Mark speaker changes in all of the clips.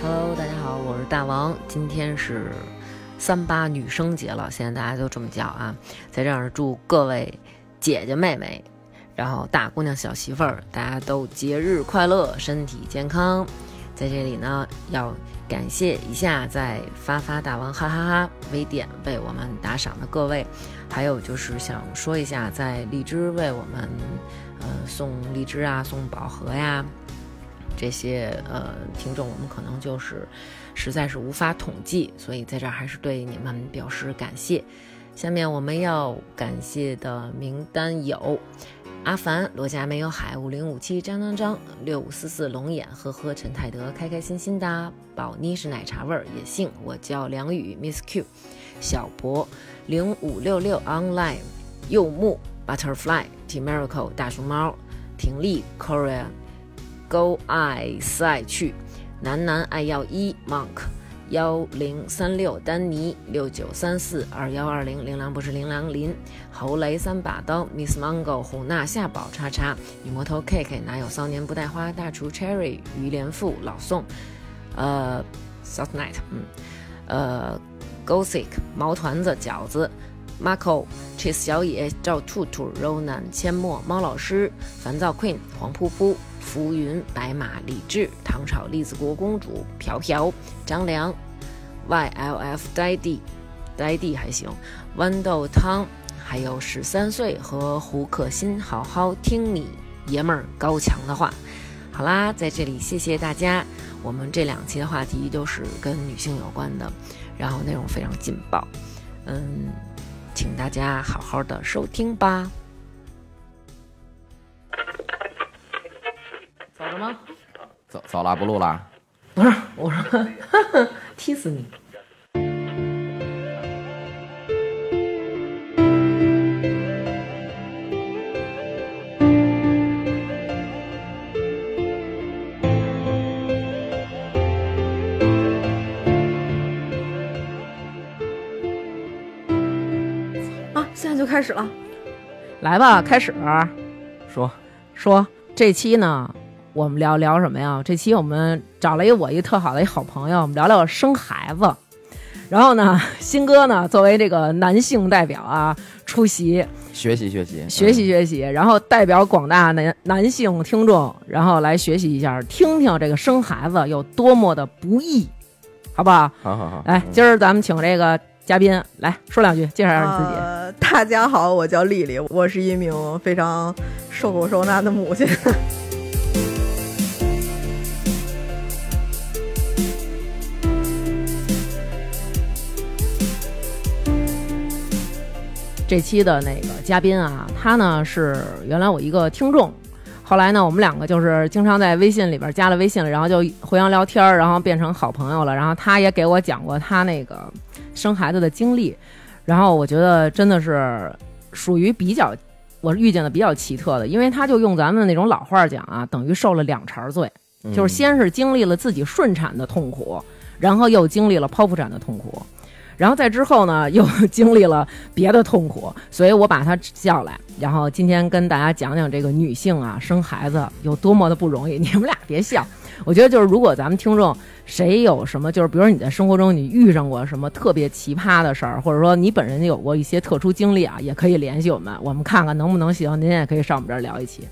Speaker 1: Hello，大家好，我是大王，今天是三八女生节了，现在大家都这么叫啊。在这儿祝各位姐姐妹妹，然后大姑娘小媳妇儿，大家都节日快乐，身体健康。在这里呢，要感谢一下在发发大王哈哈哈微店为我们打赏的各位，还有就是想说一下，在荔枝为我们呃送荔枝啊，送宝盒呀、这些呃听众，我们可能就是实在是无法统计，所以在这儿还是对你们表示感谢。下面我们要感谢的名单有：阿凡、罗家没有海、五零五七、张张张、六五四四、龙眼、呵呵、陈泰德、开开心心哒、宝妮是奶茶味儿、野性、我叫梁宇、Miss Q、小博、零五六六 Online、柚木、Butterfly、T Miracle、大熊猫、婷丽、Korea、Go 爱赛去，楠楠爱要一 Monk 幺零三六丹尼六九三四二幺二零铃兰不是铃兰林侯雷三把刀 Miss Mango 虎娜夏宝叉叉女魔头 K K 哪有骚年不带花大厨 Cherry 于连富老宋，呃 South Night 嗯呃 Gosick 毛团子饺子 Marco Chase 小野赵兔兔 Ronan 阡陌猫老师烦躁 Queen 黄噗噗浮云白马李治唐朝栗子国公主朴朴张良 YLF 呆地呆地还行豌豆汤，还有十三岁和胡可欣好好听你爷们儿高强的话。好啦，在这里谢谢大家。我们这两期的话题都是跟女性有关的，然后内容非常劲爆，嗯，请大家好好的收听吧。走了吗？
Speaker 2: 走走了，不啊录了。
Speaker 1: 不是，我 说踢死你。
Speaker 3: 啊，现在就开始了。
Speaker 4: 来吧，开始
Speaker 2: 说，
Speaker 4: 说这期呢，我们聊聊什么呀？这期我们找了一我一特好的一好朋友，我们聊聊生孩子。然后呢， 新哥呢作为这个男性代表啊，出席
Speaker 2: 学习学习嗯
Speaker 4: 学习学习，然后代表广大男男性听众，然后来学习一下，听听这个生孩子有多么的不易，好不好？
Speaker 2: 嗯好好好，
Speaker 4: 来，今儿咱们请这个嘉宾来说两句，介绍一下你自己。
Speaker 3: 呃，大家好，我叫丽丽，我是一名非常受苦受难的 母亲。
Speaker 4: 这期的那个嘉宾啊，他呢是原来我一个听众，后来呢我们两个就是经常在微信里边加了微信了，然后就互相聊天儿，然后变成好朋友了。然后他也给我讲过他那个生孩子的经历，然后我觉得真的是属于比较我遇见的比较奇特的，因为他就用咱们那种老话讲啊，等于受了两茬罪，
Speaker 2: 嗯
Speaker 4: 就是先是经历了自己顺产的痛苦，然后又经历了剖腹产的痛苦，然后再之后呢，又经历了别的痛苦，所以我把她叫来，然后今天跟大家讲讲这个女性啊生孩子有多么的不容易。你们俩别笑，我觉得就是如果咱们听众谁有什么，就是比如你在生活中你遇上过什么特别奇葩的事儿，或者说你本人有过一些特殊经历啊，也可以联系我们，我们看看能不能行。您也可以上我们这儿聊一期。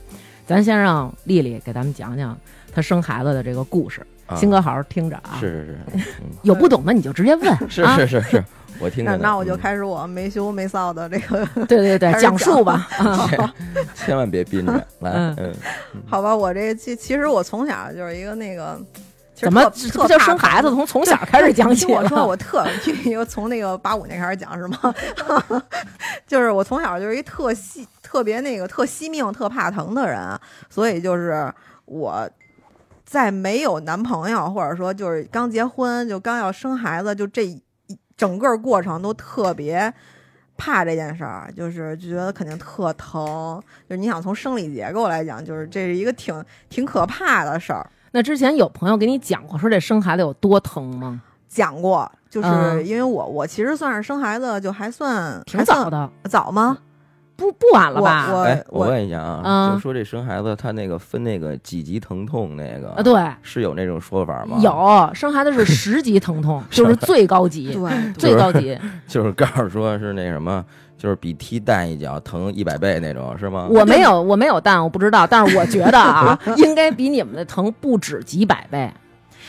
Speaker 4: 咱先让丽丽给咱们讲讲她生孩子的这个故事，
Speaker 2: 啊
Speaker 4: 新哥好好听着啊。
Speaker 2: 是是
Speaker 4: 有不懂的你就直接问，
Speaker 2: 是
Speaker 4: 啊、
Speaker 2: 是是是是，我听着
Speaker 3: 那
Speaker 2: 呢。
Speaker 3: 那我就
Speaker 2: 嗯
Speaker 3: 开始我没羞没臊的这个，
Speaker 4: 对对对
Speaker 3: 开，始
Speaker 4: 讲述吧。
Speaker 2: 千万别憋着，来，嗯，
Speaker 3: 好吧，我这其其实我从小就是一个那个，其实
Speaker 4: 怎么
Speaker 3: 特
Speaker 4: 这
Speaker 3: 特
Speaker 4: 不就
Speaker 3: 怕
Speaker 4: 生孩子？
Speaker 3: 疼
Speaker 4: 从从小开始讲起
Speaker 3: 听
Speaker 4: 了
Speaker 3: 我说，我特因为从那个八五年开始讲是吗？ 就是我从小就是一特惜、特别那个特惜命、特怕疼的人，所以就是我在没有男朋友，或者说就是刚结婚就刚要生孩子，就这一整个过程都特别。怕这件事儿，就是就觉得肯定特疼，就是你想从生理结构来讲，就是这是一个挺挺可怕的事儿。
Speaker 4: 那之前有朋友给你讲过说这生孩子有多疼吗？
Speaker 3: 讲过，就是
Speaker 4: 嗯
Speaker 3: 因为我我其实算是生孩子就还算
Speaker 4: 挺早
Speaker 3: 的，
Speaker 4: 的，
Speaker 3: 早吗？
Speaker 4: 不不晚了
Speaker 3: 我
Speaker 4: 吧？
Speaker 2: 哎
Speaker 3: 我，
Speaker 2: 我
Speaker 3: 我
Speaker 2: 问一下啊，
Speaker 4: 呃嗯
Speaker 2: 就说这生孩子他那个分那个几级疼痛那个
Speaker 4: 啊，，对。
Speaker 2: 是有那种说法吗？，
Speaker 4: 有生孩子是十级疼 痛，就是嗯最高级，
Speaker 3: 对
Speaker 4: 最高 级。
Speaker 2: 就是告诉说是那什么，就是比踢蛋一脚疼一百倍那种，是吗？
Speaker 4: 我没有，我没有蛋，我不知道，但是我觉得 啊，应该比你们的疼不止几百倍。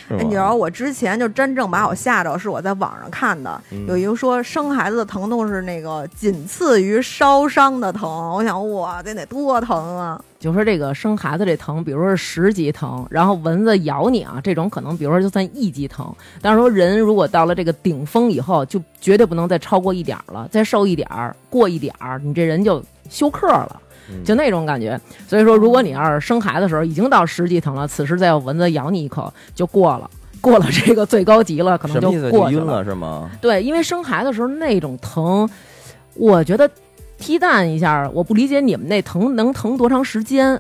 Speaker 2: 是吗
Speaker 3: 哎你知道我之前就真正把我吓着，是我在网上看的，
Speaker 2: 嗯
Speaker 3: 有一个说生孩子的疼痛是那个仅次于烧伤的疼，我想哇，这得多疼啊！
Speaker 4: 就说这个生孩子这疼，比如说是十级疼，然后蚊子咬你啊，这种可能，比如说就算一级疼。但是说人如果到了这个顶峰以后，就绝对不能再超过一点儿了，再瘦一点儿，过一点儿，你这人就休克了，
Speaker 2: 嗯
Speaker 4: 就那种感觉。所以说，如果你要是生孩子的时候已经到十级疼了，此时再有蚊子咬你一口，就过了，过了这个最高级了，可能
Speaker 2: 什么意思？
Speaker 4: 过
Speaker 2: 就晕
Speaker 4: 去
Speaker 2: 了是吗？
Speaker 4: 对，因为生孩的时候那种疼，我觉得踢蛋一下，我不理解你们那疼能疼多长时间。
Speaker 2: 哎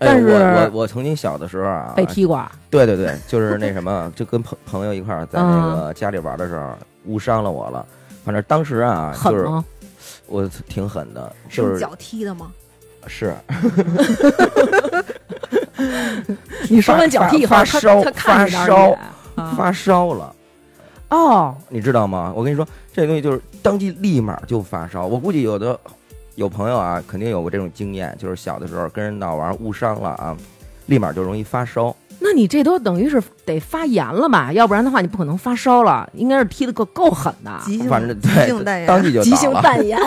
Speaker 4: 但
Speaker 2: 我
Speaker 4: 是
Speaker 2: 我我曾经小的时候啊，
Speaker 4: 被踢过，
Speaker 2: 对对对，就是那什么，就跟朋朋友一块儿在
Speaker 4: 嗯
Speaker 2: 那个家里玩的时候，误伤了我了。反正当时啊，
Speaker 4: 狠
Speaker 2: 就是
Speaker 4: 吗？
Speaker 2: 我挺狠的，就是
Speaker 3: 脚踢的吗？
Speaker 2: 是
Speaker 4: 啊你说完脚踢以后，
Speaker 2: 发
Speaker 4: 他
Speaker 2: 发烧
Speaker 4: 他
Speaker 2: 发
Speaker 4: 看着点儿
Speaker 2: 烧
Speaker 4: 你啊
Speaker 2: 发烧了，
Speaker 4: 哦，
Speaker 2: 你知道吗？我跟你说，这东西就是当即立马就发烧。我估计有的有朋友啊，肯定有过这种经验，就是小的时候跟人闹玩误伤了啊，立马就容易发烧。
Speaker 4: 那你这都等于是得发炎了吧？要不然的话，你不可能发烧了，应该是踢的够够狠的，
Speaker 3: 急性
Speaker 2: 反正
Speaker 3: 急性
Speaker 2: 对，
Speaker 3: 蛋
Speaker 2: 当
Speaker 3: 炎，
Speaker 2: 即就
Speaker 4: 急
Speaker 2: 倒
Speaker 4: 性
Speaker 2: 了。
Speaker 4: 蛋炎。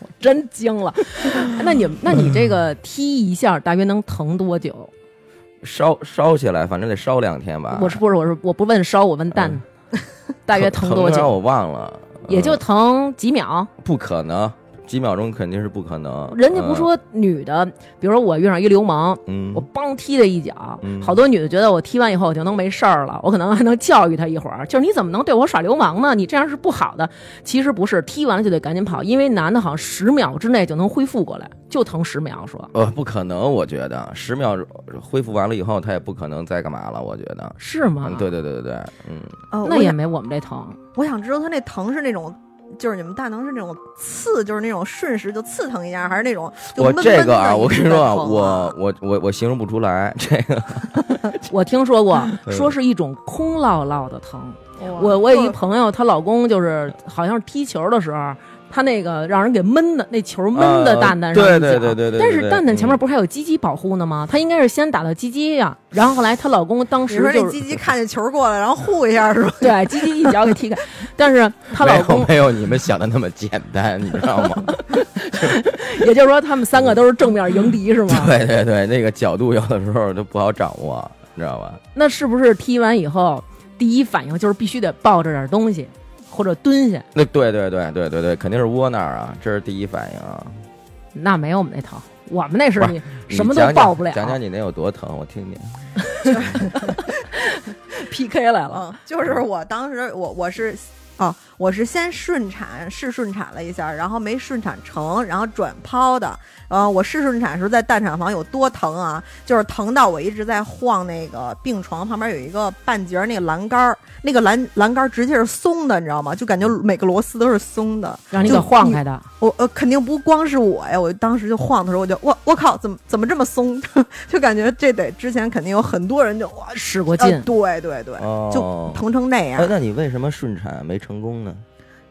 Speaker 4: 我真惊了，那你那你这个踢一下大约能疼多久？
Speaker 2: 烧烧起来，反正得烧两天吧。
Speaker 4: 我是不是我是我不问烧，我问蛋， 大约疼多
Speaker 2: 啊嗯疼着
Speaker 4: 久？
Speaker 2: 我忘了，
Speaker 4: 也就
Speaker 2: 嗯
Speaker 4: 疼几秒。
Speaker 2: 不可能，几秒钟肯定是不可能。
Speaker 4: 人家
Speaker 2: 嗯
Speaker 4: 不，说女的，比如说我遇上一流氓，
Speaker 2: 嗯，
Speaker 4: 我梆踢了一脚，
Speaker 2: 嗯
Speaker 4: 好多女的觉得我踢完以后我就能没事儿了， 我可能还能教育她一会儿，就是你怎么能对我耍流氓呢？你这样是不好的。其实不是，踢完了就得赶紧跑，因为男的好像十秒之内就能恢复过来，就疼十秒说。
Speaker 2: 呃，不可能，我觉得十秒恢复完了以后，他也不可能再干嘛了，我觉得。
Speaker 4: 是吗？
Speaker 2: 嗯，对，对对对对，嗯，
Speaker 3: 哦
Speaker 4: 那
Speaker 3: 我
Speaker 4: 也
Speaker 3: 想
Speaker 4: 没我们这疼。
Speaker 3: 我想知道他那疼是那种。就是你们大能是那种刺，就是那种瞬时就刺疼一下，还是那种就
Speaker 2: 我
Speaker 3: 闷
Speaker 2: 这
Speaker 3: 闷
Speaker 2: 个
Speaker 3: 的
Speaker 2: 啊，
Speaker 3: 一
Speaker 2: 我跟
Speaker 3: 直
Speaker 2: 你
Speaker 3: 在
Speaker 2: 说啊，
Speaker 3: 疼
Speaker 2: 我我我我形容不出来， 这个
Speaker 4: 我听说 过，
Speaker 2: 嗯
Speaker 4: 说是一种空落落的疼。
Speaker 3: 哇
Speaker 4: 我我有一
Speaker 3: 就
Speaker 4: 朋友，她老公就是好像是踢球的时候，他那个让人给闷的，那球闷的
Speaker 2: 呃
Speaker 4: 蛋蛋上一
Speaker 2: 对
Speaker 4: 脚、
Speaker 2: 对对对对对
Speaker 4: 但是蛋蛋
Speaker 2: 嗯
Speaker 4: 前面不是还有鸡鸡保护呢吗？她应该是先打到鸡鸡呀、然后后来她老公当
Speaker 3: 你
Speaker 4: 时
Speaker 3: 说
Speaker 4: 就
Speaker 3: 那
Speaker 4: 是
Speaker 3: 鸡鸡看见球过来，然后护一下是吧？
Speaker 4: 对鸡鸡一脚给踢开，但是她
Speaker 2: 没
Speaker 4: 老
Speaker 2: 有
Speaker 4: 公，
Speaker 2: 没有你们想的那么简单，你知道 吗？
Speaker 4: 也就是说他们三个都是正面迎敌是吗？
Speaker 2: 嗯对对对，那个角度有的时候都不好掌握，你知道吧？
Speaker 4: 那是不是踢完以后第一反应就是必须得抱着点东西或者蹲下？
Speaker 2: 那对对对对对对，肯定是窝那儿啊，这是第一反应啊。
Speaker 4: 那没有我们那疼，我们那是
Speaker 2: 不是
Speaker 4: 你
Speaker 2: 你
Speaker 4: 什么都
Speaker 2: 讲讲
Speaker 4: 抱不了哎
Speaker 2: 讲讲你那有多疼，我听听。
Speaker 4: PK 来了。
Speaker 3: 嗯，就是我当时我我是哦，我是先顺产试顺产了一下，然后没顺产成，然后转剖的。呃，我试顺产时候在蛋产房有多疼啊？就是疼到我一直在晃那个病床旁边有一个半截儿那个栏杆儿，那个栏栏杆儿直接是松的，你知道吗？就感觉每个螺丝都是松的，
Speaker 4: 让你给
Speaker 3: 就
Speaker 4: 晃开的，
Speaker 3: 我呃，肯定不光是我呀，我当时就晃的时候，我就我我靠，怎么怎么这么松？ 就感觉这得之前肯定有很多人就哇，
Speaker 4: 使过
Speaker 3: 啊
Speaker 4: 劲，
Speaker 3: 对对对，
Speaker 2: 哦
Speaker 3: 就疼成呃那样
Speaker 2: 哎，。那你为什么顺产没成功呢？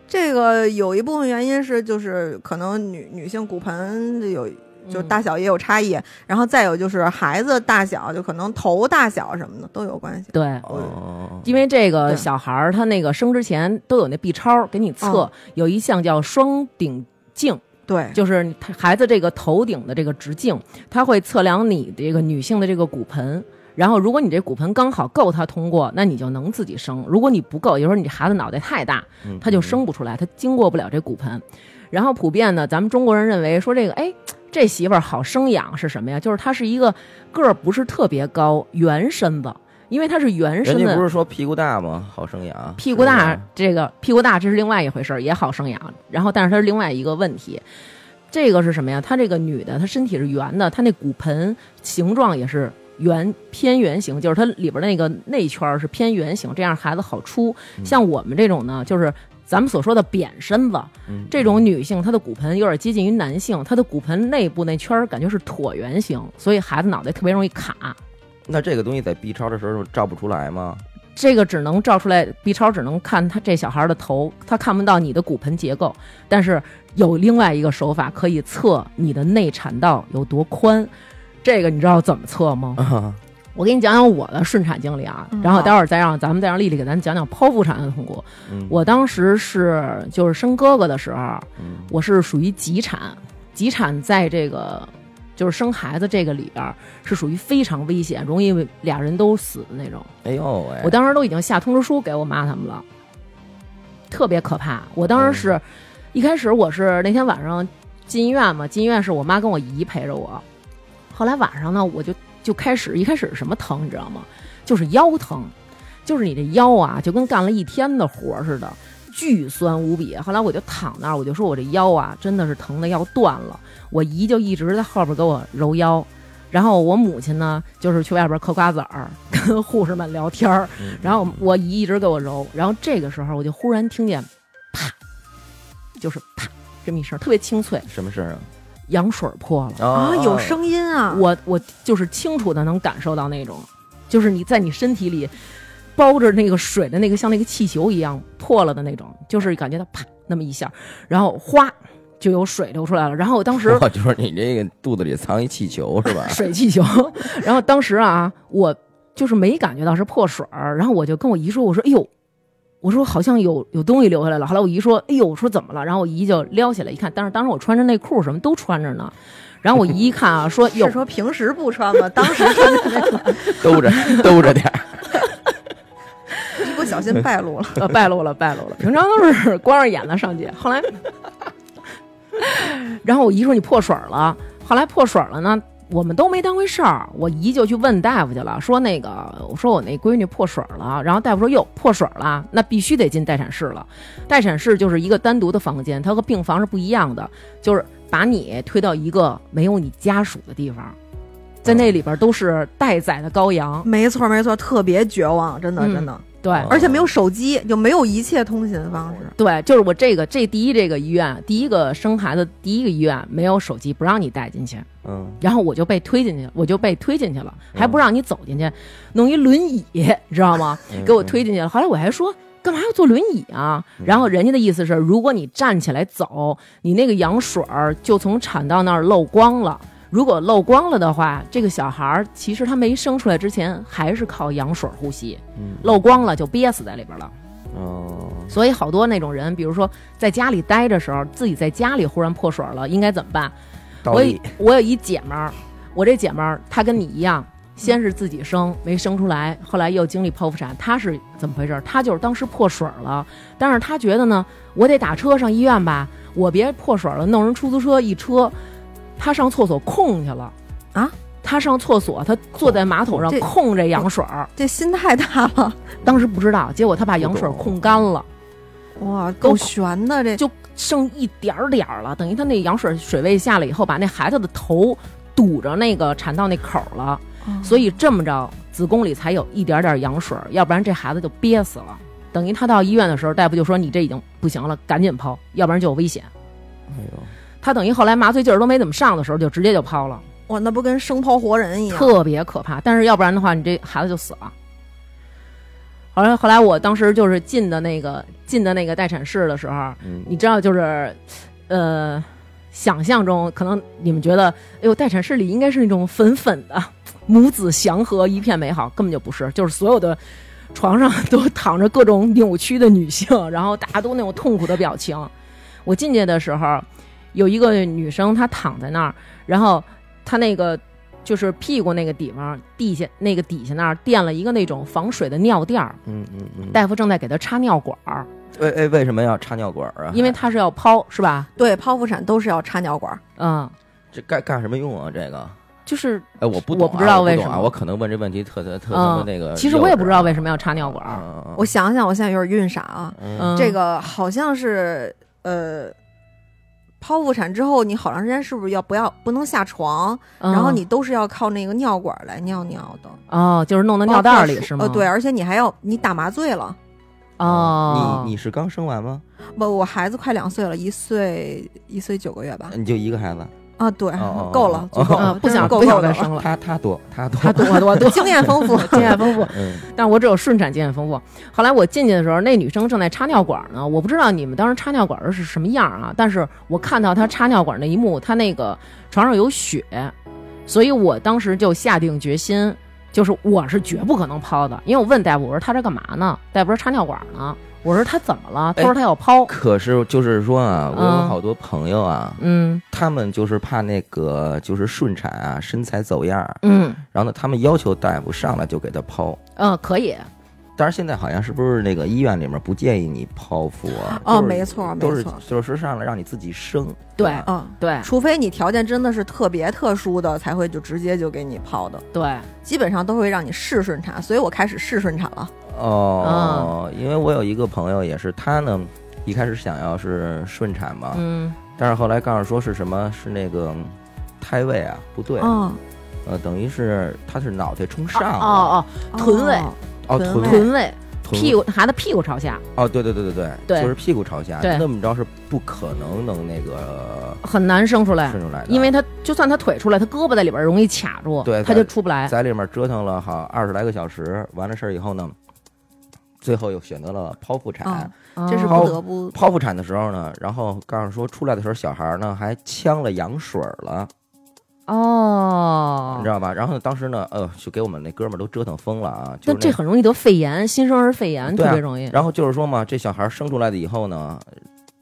Speaker 3: 这个有一部分原因是就是可能女女性骨盆有。就
Speaker 4: 嗯
Speaker 3: 大小也有差异，然后再有就是孩子大小，就可能头大小什么的都有关系。
Speaker 4: 对，
Speaker 2: 哦，
Speaker 4: 因为这个
Speaker 3: 对
Speaker 4: 小孩儿他那个生之前都有那 B 超给你测，
Speaker 2: 哦
Speaker 3: 嗯
Speaker 4: 有一项叫双顶镜，
Speaker 3: 对，
Speaker 4: 就是你他孩子这个头顶的这个直径，它会测量你这个女性的这个骨盆。然后，如果你这骨盆刚好够他通过，那你就能自己生；如果你不够，也就是说你孩子脑袋太大，
Speaker 2: 嗯
Speaker 4: 他就生不出来，他经过不了这骨盆。然后普遍呢，咱们中国人认为说这个，哎，这媳妇儿好生养是什么呀？就是她是一个个儿不是特别高，圆身子，因为她是圆身
Speaker 2: 人
Speaker 4: 子。
Speaker 2: 家不是说屁股大吗？好生养，
Speaker 4: 屁股
Speaker 2: 是
Speaker 4: 大
Speaker 2: 吧
Speaker 4: 这个屁股大这是另外一回事儿，也好生养。然后，但是它是另外一个问题，这个是什么呀？她这个女的，她身体是圆的，她那骨盆形状也是圆偏圆形，就是它里边那个内圈儿是偏圆形，这样孩子好出。像我们这种呢，就是。咱们所说的扁身子，
Speaker 2: 嗯
Speaker 4: 这种女性她的骨盆有点接近于男性，她的骨盆内部那圈儿感觉是椭圆形，所以孩子脑袋特别容易卡。
Speaker 2: 嗯那这个东西在 B 超的时候照不出来 吗？
Speaker 4: 这个只能照出来，B 超只能看他这小孩的头，他看不到你的骨盆结构。但是有另外一个手法可以测你的内产道有多宽，这个你知道怎么测吗？
Speaker 2: 啊，
Speaker 4: 嗯我给你讲讲我的顺产经历啊，
Speaker 3: 嗯
Speaker 4: 然后
Speaker 3: 好
Speaker 4: 待会儿再让咱们再让丽丽给咱讲讲剖腹产的痛苦。
Speaker 2: 嗯
Speaker 4: 我当时是就是生哥哥的时候，
Speaker 2: 嗯
Speaker 4: 我是属于急产，急产在这个就是生孩子这个里边儿是属于非常危险，容易俩人都死的那种。
Speaker 2: 哎呦喂，
Speaker 4: 我当时都已经下通知书给我妈他们了，特别可怕。我当时是、一开始我是那天晚上进医院嘛，进医院是我妈跟我姨陪着我，后来晚上呢，我就就开始一开始是什么疼你知道吗？就是腰疼，就是你这腰啊，就跟干了一天的活儿似的。巨酸无比，后来我就躺那儿，我就说我这腰啊，真的是疼的要断了。我姨就一直在后边给我揉腰，然后我母亲呢，就是去外边嗑瓜子儿，跟护士们聊天儿，
Speaker 2: 嗯
Speaker 4: 然后我姨一直给我揉，然后这个时候我就忽然听见啪，就是啪这么一声，特别清脆，
Speaker 2: 什么事儿
Speaker 4: 羊水破
Speaker 2: 啊？
Speaker 4: 了。
Speaker 3: 啊，
Speaker 2: 啊
Speaker 3: 有，声音啊！
Speaker 4: 我我就是清楚的能感受到那种，就是你在你身体里包着那个水的那个像那个气球一样破了的那种，就是感觉到啪那么一下，然后哗就有水流出来了。然后我当时？
Speaker 2: 我哦就是你这个肚子里藏一气球是吧
Speaker 4: 水气球。 然后当时啊，我就是没感觉到是破水儿，然后我就跟我姨说，我说哎呦，我说好像有有东西流下来了。后来我姨说，哎呦，我说怎么了？然后我姨就撩起来一看，但是当时我穿着内裤什么都穿着呢。然后我姨一看啊，说哟
Speaker 3: 是，说平时不穿吗？当时穿的那个，
Speaker 2: 兜 着兜着点儿，
Speaker 3: 一不小心败露了。
Speaker 4: 呃，败露了，败露了。平常都是 光着眼子上街，后来，然后我姨说你破水儿了，后来破水儿了呢，我们都没当回事儿。我姨就去问大夫去了，说那个，我说我那闺女破水儿了，然后大夫说哟破水儿了，那必须得进待产室了。待产室就是一个单独的房间，它和病房是不一样的，就是把你推到一个没有你家属的地方，
Speaker 2: 嗯
Speaker 4: 在那里边都是待宰的羔羊。
Speaker 3: 没错，没错，特别绝望，真的，
Speaker 4: 嗯
Speaker 3: 真的，
Speaker 4: 对，
Speaker 2: 哦
Speaker 3: 而且没有手机，就没有一切通信方式。
Speaker 4: 对，就是我这个这第一这个医院，第一个生孩子第一个医院没有手机，不让你带进去，
Speaker 2: 嗯，
Speaker 4: 然后我就被推进去，我就被推进去了，还不
Speaker 2: 嗯
Speaker 4: 让你走进去，弄一轮椅，你知道吗？给
Speaker 2: 嗯
Speaker 4: 我推进去了。后来我还说。干嘛要坐轮椅啊？然后人家的意思是，如果你站起来走，你那个羊水儿就从产道那儿漏光了。如果漏光了的话，这个小孩儿其实他没生出来之前还是靠羊水儿呼吸，
Speaker 2: 嗯
Speaker 4: 漏光了就憋死在里边了。
Speaker 2: 嗯哦，
Speaker 4: 所以好多那种人，比如说在家里待着时候，自己在家里忽然破水了，应该怎么办？
Speaker 2: 倒
Speaker 4: 我有
Speaker 2: 立
Speaker 4: 我有一姐们儿，我这姐们儿她跟你一样，先是自己生没生出来，后来又经历剖腹产，她是怎么回事儿？她就是当时破水了，但是她觉得呢，我得打车上医院吧，我别破水了，弄人出租车一车，她上厕所空去了
Speaker 3: 啊。
Speaker 4: 她上厕所，她坐在马桶上
Speaker 3: 这哦
Speaker 4: 控这羊水儿，
Speaker 3: 这心太大了，
Speaker 4: 当时不知道，结果她把羊水儿
Speaker 2: 不懂
Speaker 4: 控干了。
Speaker 3: 哇，
Speaker 4: 够
Speaker 3: 够悬的这。
Speaker 4: 就剩一点儿点儿了，等于他那羊水水位下来以后，把那孩子的头堵着那个产道那口儿了，所以这么着子宫里才有一点点羊水，要不然这孩子就憋死了。等于他到医院的时候，大夫就说你这已经不行了，赶紧剖，要不然就有危险。
Speaker 2: 哎呦，
Speaker 4: 他等于后来麻醉劲儿都没怎么上的时候，就直接就剖了，
Speaker 3: 哇，那不跟生抛活人一样？
Speaker 4: 特别可怕。但是要不然的话，你这孩子就死了。后来，后来我当时就是进的那个进的那个待产室的时候，
Speaker 2: 嗯
Speaker 4: 你知道，就是，呃，想象中可能你们觉得，哎呦，待产室里应该是那种粉粉的，母子祥和，一片美好，根本就不是，就是所有的床上都躺着各种扭曲的女性，然后大家都那种痛苦的表情。我进去的时候，有一个女生她躺在那儿，然后她那个。就是屁股那个地方，地下那个底下那儿垫了一个那种防水的尿垫儿，
Speaker 2: 嗯嗯嗯，
Speaker 4: 大夫正在给她插尿管儿，
Speaker 2: 哎哎，为什么要插尿管儿啊？
Speaker 4: 因为她是要剖，是吧？
Speaker 3: 对，剖腹产都是要插尿管儿。
Speaker 4: 嗯，
Speaker 2: 这干干什么用啊？这个。
Speaker 4: 就是
Speaker 2: 哎，我不
Speaker 4: 我
Speaker 2: 懂啊，
Speaker 4: 不知道
Speaker 2: 我
Speaker 4: 为
Speaker 2: 懂
Speaker 4: 什
Speaker 2: 啊
Speaker 4: 么
Speaker 2: 我可能问这问题特特特他
Speaker 4: 嗯
Speaker 2: 妈那个。
Speaker 4: 其实我也不知道为什么要啊插尿管儿。
Speaker 2: 么
Speaker 3: 我想想，我现在有点晕傻啊。
Speaker 2: 嗯
Speaker 4: 嗯，
Speaker 3: 这个好像是呃，剖腹产之后，你好长时间是不是要不要不能下床？
Speaker 4: 嗯，
Speaker 3: 然后你都是要靠那个尿管来尿尿的，
Speaker 4: 哦，就是弄到尿袋儿
Speaker 3: 包
Speaker 4: 里
Speaker 3: 括
Speaker 4: 是吗？
Speaker 3: 呃，对，，而且你还要你打麻醉了，
Speaker 4: 哦，
Speaker 2: 你你是刚生完吗？
Speaker 3: 不，我孩子快两岁了，一岁一岁九个月
Speaker 4: 嗯
Speaker 3: 吧。
Speaker 2: 你就一个孩子？
Speaker 3: 啊，对
Speaker 2: 哦哦，
Speaker 3: 够了，
Speaker 2: 哦
Speaker 3: 足够
Speaker 4: 啊
Speaker 3: 了，
Speaker 4: 不
Speaker 3: 真是
Speaker 4: 想
Speaker 3: 够
Speaker 4: 不
Speaker 3: 够
Speaker 4: 想
Speaker 3: 的
Speaker 4: 再
Speaker 3: 了，
Speaker 4: 生了，
Speaker 2: 他他多他多，
Speaker 4: 他多多 多
Speaker 3: 经验丰富。
Speaker 4: 经验丰富。
Speaker 2: 嗯，
Speaker 4: 但我只有顺产经验丰富。后来我进去的时候，那女生正在插尿管呢，我不知道你们当时插尿管是什么样啊，但是我看到她插尿管那一幕，她那个床上有血，所以我当时就下定决心，就是我是绝不可能抛的，因为我问大夫，我说她这干嘛呢？大夫说插尿管呢，我说她怎么了？她说她要抛，
Speaker 2: 可是就是说啊，我有
Speaker 4: 嗯
Speaker 2: 好多朋友啊，
Speaker 4: 嗯
Speaker 2: 他们就是怕那个就是顺产啊，身材走样儿，
Speaker 4: 嗯
Speaker 2: 然后呢，他们要求大夫上来就给他剖。
Speaker 4: 嗯，可以，
Speaker 2: 但是现在好像是不是那个医院里面不建议你剖腹啊？
Speaker 3: 哦，
Speaker 2: 就是
Speaker 3: 没错，没
Speaker 2: 都是
Speaker 3: 错，
Speaker 2: 就是上来让你自己生。啊
Speaker 4: 对
Speaker 2: 吧
Speaker 3: 嗯。
Speaker 4: 对
Speaker 3: 除非你条件真的是特别特殊的，才会就直接就给你抛的，
Speaker 4: 对，
Speaker 3: 基本上都会让你试顺产，所以我开始试顺产了。
Speaker 2: 哦，因为我有一个朋友也是，他呢一开始想要是顺产嘛，
Speaker 4: 嗯
Speaker 2: 但是后来告诉说是什么是那个嗯胎位啊不对，
Speaker 3: 嗯，
Speaker 2: 呃，等于是他是脑袋冲上了，
Speaker 4: 哦哦，臀位
Speaker 3: 哦
Speaker 2: 哦臀
Speaker 3: 臀位
Speaker 2: 位
Speaker 4: 啊臀位，
Speaker 2: 臀
Speaker 4: 屁股孩子屁股朝下，
Speaker 2: 哦对对对对对，
Speaker 4: 对
Speaker 2: 就是屁股朝下，
Speaker 4: 对
Speaker 2: 那么着是不可能能那个
Speaker 4: 很难生出来。
Speaker 2: 顺出来的，
Speaker 4: 因为他就算他腿出来，他胳膊在里边容易卡住，
Speaker 2: 对
Speaker 4: 他就出不来。
Speaker 2: 在里面折腾了好二十来个小时，完了事儿以后呢，最后又选择了剖腹产。
Speaker 3: 嗯
Speaker 4: 哦
Speaker 3: 这是
Speaker 2: 好
Speaker 3: 不得不
Speaker 2: 剖腹产的时候呢，然后告诉说出来的时候，小孩儿呢还呛了羊水儿了，
Speaker 4: 哦
Speaker 2: 你知，道吧？然后呢，当时呢，呃，就给我们那哥们儿都折腾疯了啊！就
Speaker 4: 那
Speaker 2: 是
Speaker 4: 这很容易得肺炎，新生儿肺炎
Speaker 2: 对
Speaker 4: 特
Speaker 2: 啊
Speaker 4: 别容易。
Speaker 2: 然后就是说嘛，这小孩儿生出来的以后呢，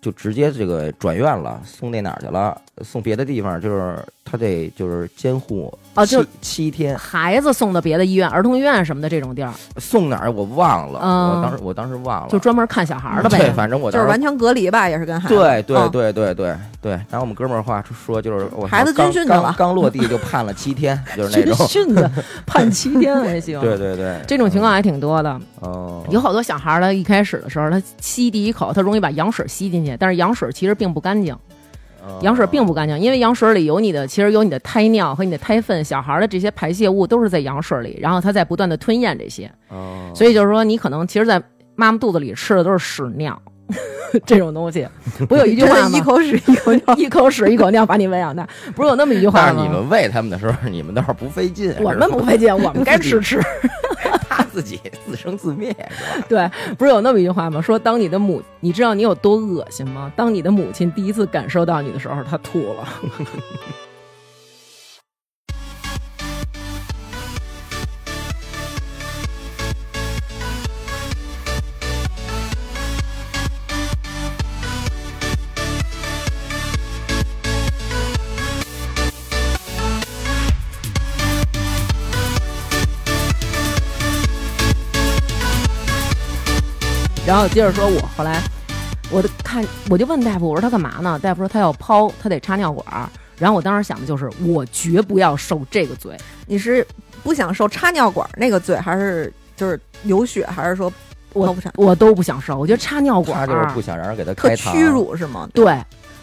Speaker 2: 就直接这个转院了，送那哪儿去了？送别的地方，就是他得就是监护
Speaker 4: 哦就
Speaker 2: 七七天，
Speaker 4: 孩子送到别的医院、儿童医院什么的这种地儿，
Speaker 2: 送哪儿我忘了，
Speaker 4: 嗯
Speaker 2: 我当时我当时忘了，
Speaker 4: 就专门看小孩儿的
Speaker 2: 对，
Speaker 4: 呗。
Speaker 2: 反正我
Speaker 3: 就
Speaker 2: 当
Speaker 3: 是
Speaker 2: 时
Speaker 3: 完全隔离吧，也是跟孩子。
Speaker 2: 对对
Speaker 4: 哦
Speaker 3: 嗯
Speaker 2: 对对对对，拿我们哥们儿话说，就是我
Speaker 3: 孩子
Speaker 2: 刚
Speaker 3: 军训去
Speaker 2: 刚
Speaker 3: 了
Speaker 2: 刚落地就判了七天，就是那
Speaker 4: 军
Speaker 2: 种。
Speaker 4: 训的判七天还行。
Speaker 2: 对对对，
Speaker 4: 这种情况还挺多的，
Speaker 2: 嗯哦，
Speaker 4: 有好多小孩儿他一开始的时候，他吸第一口，他容易把羊水吸进去，但是羊水其实并不干净。
Speaker 2: 哦
Speaker 4: 羊水并不干净，因为羊水里有你的，其实有你的胎尿和你的胎粪，小孩儿的这些排泄物都是在羊水里，然后他在不断的吞咽这些，
Speaker 2: 哦，
Speaker 4: 所以就是说，你可能其实，在妈妈肚子里吃的都是屎尿， 这种东西。不有一句话
Speaker 3: 真的
Speaker 4: 吗。
Speaker 3: 一？口屎一口尿
Speaker 4: 一口屎一口尿把你喂养大，不是有那么一句
Speaker 2: 但
Speaker 4: 话
Speaker 2: 是你
Speaker 4: 吗？
Speaker 2: 们喂他们的时候，你们倒是不费劲，
Speaker 4: 我们不费劲，我们该吃吃。
Speaker 2: 他自己自生自灭是吧？
Speaker 4: 对，不是有那么一句话吗？说当你的母，你知道你有多恶心吗？当你的母亲第一次感受到你的时候，她吐了。然后接着说我，后来我就看，我就问大夫，我说他干嘛呢？大夫说他要剖，他得插尿管儿。然后我当时想的就是，我绝不要受这个罪。
Speaker 3: 你是不想受插尿管那个罪，还是就是流血，还是说
Speaker 4: 我
Speaker 3: 剖腹产
Speaker 4: 我都不想受，我觉得插尿管
Speaker 2: 他
Speaker 4: 儿
Speaker 2: 就是不想让人给他
Speaker 3: 啊特
Speaker 2: 开膛
Speaker 3: 屈，辱是吗？
Speaker 4: 对，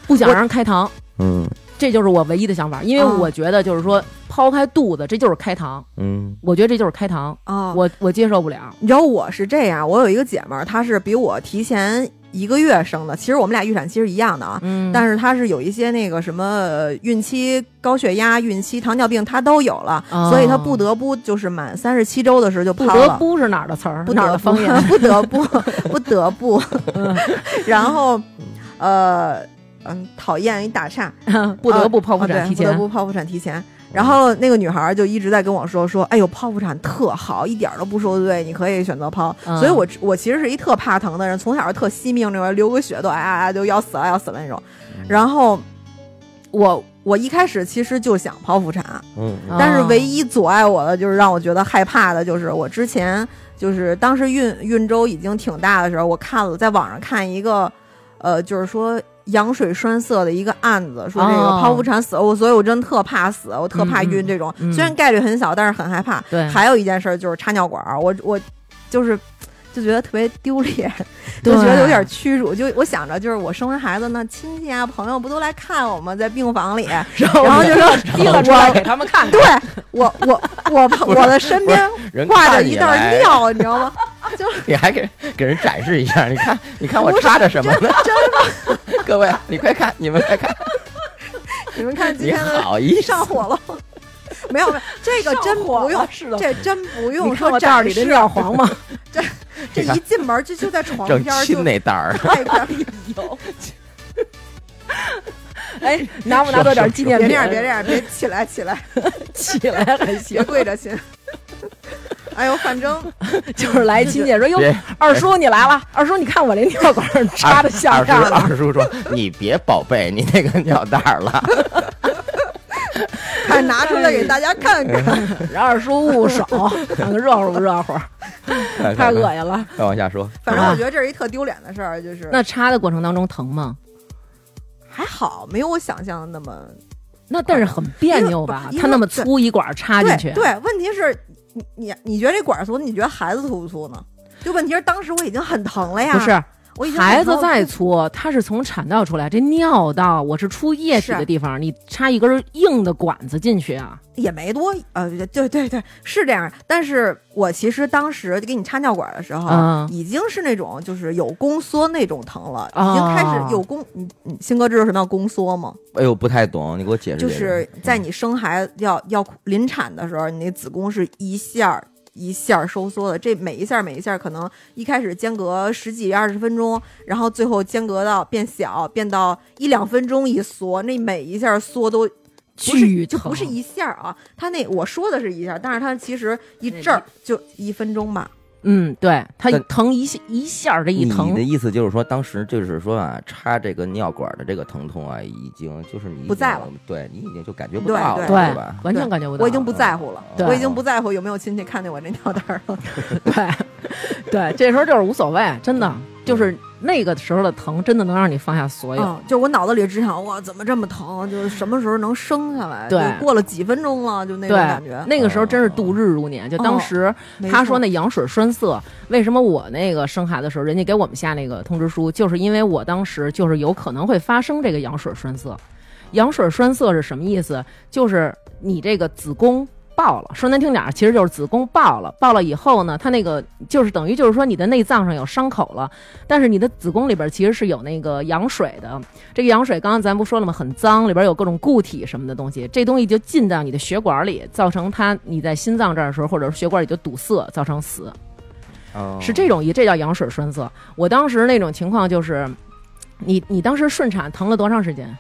Speaker 4: 不想
Speaker 3: 我
Speaker 4: 让人开膛，
Speaker 2: 嗯
Speaker 4: 这就是我唯一的想法，因为
Speaker 3: 哦
Speaker 4: 我觉得就是说剖开肚子，这就是开膛，
Speaker 2: 嗯，
Speaker 4: 我觉得这就是开膛，
Speaker 3: 啊，
Speaker 4: 我我接受不了。
Speaker 3: 你知道我是这样，我有一个姐们儿，她是比我提前一个月生的，其实我们俩预产期是一样的啊。
Speaker 4: 嗯
Speaker 3: 但是她是有一些那个什么呃孕期高血压、孕期糖尿病，她都有了，
Speaker 4: 哦
Speaker 3: 所以她不得不就是满三十七周的时候就
Speaker 4: 不
Speaker 3: 抛
Speaker 4: 得
Speaker 3: 了，
Speaker 4: 不是哪儿的词儿，
Speaker 3: 不
Speaker 4: 哪儿
Speaker 3: 得
Speaker 4: 的
Speaker 3: 不
Speaker 4: 方嗯言？
Speaker 3: 不得不不得不， 然后呃嗯，讨厌一打岔，
Speaker 4: 不得不剖腹
Speaker 3: 哦对
Speaker 4: 产提
Speaker 3: 不
Speaker 4: 前嗯
Speaker 3: 得。不剖腹产提前。然后那个女孩儿就一直在跟我说说，哎呦，剖腹产特好，一点儿都不受罪，你可以选择剖。
Speaker 4: 嗯
Speaker 3: 所以我我其实是一特怕疼的人，从小就特惜命，这块流个血都哎呀哎呀就要死了要死了那种。
Speaker 4: 嗯
Speaker 3: 然后我我一开始其实就想剖腹产，
Speaker 2: 嗯嗯
Speaker 4: 啊
Speaker 3: 但是唯一阻碍我的就是让我觉得害怕的，就是我之前就是当时孕孕周已经挺大的时候，我看了在网上看一个，呃，就是说羊水栓塞的一个案子，说这个
Speaker 4: 哦
Speaker 3: 剖腹产死，我所以我真特怕死，我特怕晕这种，
Speaker 4: 嗯嗯
Speaker 3: 虽然概率很小，但是很害怕。
Speaker 4: 对
Speaker 3: 还有一件事儿就是插尿管儿，我我就是。就觉得特别丢脸，就
Speaker 4: 对
Speaker 3: 觉得有点屈辱。就我想着，就是我生完孩子，那亲戚啊、朋友不都来看我吗？在病房 里，
Speaker 4: 然后
Speaker 3: 然后就说
Speaker 4: 提了出来给他们看看。
Speaker 3: 对我我我我的身边
Speaker 2: 人
Speaker 3: 挂
Speaker 2: 看
Speaker 3: 着
Speaker 2: 你
Speaker 3: 一袋
Speaker 2: 来
Speaker 3: 尿，你知道吗？
Speaker 2: 你还给给人展示一下，你看，你看我
Speaker 3: 不是
Speaker 2: 插着什么呢？ 各位，啊你快看，你们快看，
Speaker 3: 你们看今
Speaker 2: 你
Speaker 3: 天的
Speaker 2: 好意思，
Speaker 3: 上火了吗，没有没有，这个真不用，
Speaker 4: 是的。
Speaker 3: 这真不
Speaker 4: 你
Speaker 3: 用
Speaker 4: 看
Speaker 3: 说
Speaker 4: 我袋儿
Speaker 3: 展
Speaker 4: 里
Speaker 3: 示
Speaker 4: 的，尿黄吗？
Speaker 3: 这
Speaker 2: 你看
Speaker 3: 一进门就就在床
Speaker 2: 正
Speaker 3: 边儿就
Speaker 2: 亲 那袋儿，
Speaker 3: 太快，
Speaker 4: 有。哎，拿不拿多点纪念
Speaker 3: 别
Speaker 4: 品？
Speaker 3: 这样别这样，别起来起来，
Speaker 4: 起来还
Speaker 3: 别
Speaker 4: 行。
Speaker 3: 跪着亲。 哎呦，反正
Speaker 4: 就是来 亲戚说：“哟，
Speaker 2: 别
Speaker 4: 二叔你来了，二叔你看我这尿管 儿插的像
Speaker 2: 二叔
Speaker 4: 样了。
Speaker 2: 二叔说：“你别宝贝，你那个尿袋 儿了。
Speaker 3: 看拿出来给大家 看看，”
Speaker 4: 然后二叔捂手，看看热乎不热乎，
Speaker 2: 看”
Speaker 4: 太
Speaker 2: 看
Speaker 4: 恶
Speaker 2: 看，
Speaker 4: 心了。
Speaker 2: 再往下说，
Speaker 3: 反正我觉得这是一特丢脸的事儿，就是
Speaker 4: 那插的过程当中疼吗？
Speaker 3: 还好没有我想象那么
Speaker 4: 那但是很别扭吧
Speaker 3: 因为？不
Speaker 4: 他那么粗一管儿插进去啊
Speaker 3: 对，对。问题是你你你觉得这管儿粗，你觉得孩子粗不粗呢？就问题是当时我已经很疼了呀，
Speaker 4: 不是
Speaker 3: 我已经很
Speaker 4: 孩
Speaker 3: 疼
Speaker 4: 子
Speaker 3: 了
Speaker 4: 再粗，他是从产道出来，这尿道我是出液体
Speaker 3: 是
Speaker 4: 的地方，你插一根硬的管子进去啊，
Speaker 3: 也没多，呃，对对对，是这样。但是我其实当时给你插尿管的时候，啊
Speaker 4: 嗯
Speaker 3: 已经是那种就是有宫缩那种疼了，
Speaker 4: 哦
Speaker 3: 已经开始有宫。你你新哥知道什么叫宫缩吗？
Speaker 2: 哎呦，不太懂，你给我解释。
Speaker 3: 就是
Speaker 2: 嗯
Speaker 3: 在你生孩子要要临产的时候，你那子宫是一下儿一下儿收缩的，这每一下儿每一下儿可能一开始间隔十几二十分钟，然后最后间隔到变小，变到一两分钟一缩，那每一下儿缩都不
Speaker 4: 巨
Speaker 3: 是就
Speaker 4: 疼，
Speaker 3: 不是一下儿啊，他那我说的是一下儿，但是他其实一阵儿就一分钟吧，
Speaker 4: 嗯，对，他
Speaker 2: 但
Speaker 4: 疼一下一下儿这一
Speaker 2: 你的
Speaker 4: 疼，
Speaker 2: 意思就是说，当时就是说啊，插这个尿管的这个疼痛啊，已经就是你已经
Speaker 3: 不在了，
Speaker 2: 对你已经就感觉不
Speaker 3: 对
Speaker 2: 到了，
Speaker 3: 对
Speaker 4: 对
Speaker 2: 吧？，
Speaker 4: 完全感觉不到。
Speaker 3: 我已经 不在乎了，
Speaker 2: 对
Speaker 3: 我已经不在乎有没有亲戚看见我这尿袋儿了，
Speaker 4: 对，对，这时候就是无所谓，真的就是那个时候的疼，真的能让你放下所有。
Speaker 3: 嗯，就我脑子里只想哇怎么这么疼，就是什么时候能生下来，
Speaker 4: 对
Speaker 3: 就过了几分钟了，就那
Speaker 4: 对
Speaker 3: 种感觉，，
Speaker 4: 那个时候真是度日如年。就当时
Speaker 3: 没
Speaker 4: 他
Speaker 3: 错
Speaker 4: 说那羊水栓塞，为什么我那个生孩子的时候，人家给我们下那个通知书，就是因为我当时就是有可能会发生这个羊水栓塞。羊水栓塞是什么意思？就是你这个子宫爆了，说难听点儿，其实就是子宫爆了。爆了以后呢，它那个就是等于就是说你的内脏上有伤口了，但是你的子宫里边其实是有那个羊水的。这个羊水刚刚咱不说了吗？很脏，里边有各种固体什么的东西，这东西就进到你的血管里，造成它你在心脏这儿的时候，或者是血管里就堵塞，造成死。
Speaker 2: 哦
Speaker 4: 是这种一，这叫羊水栓塞。我当时那种情况就是，你你当时顺产疼了多长时间？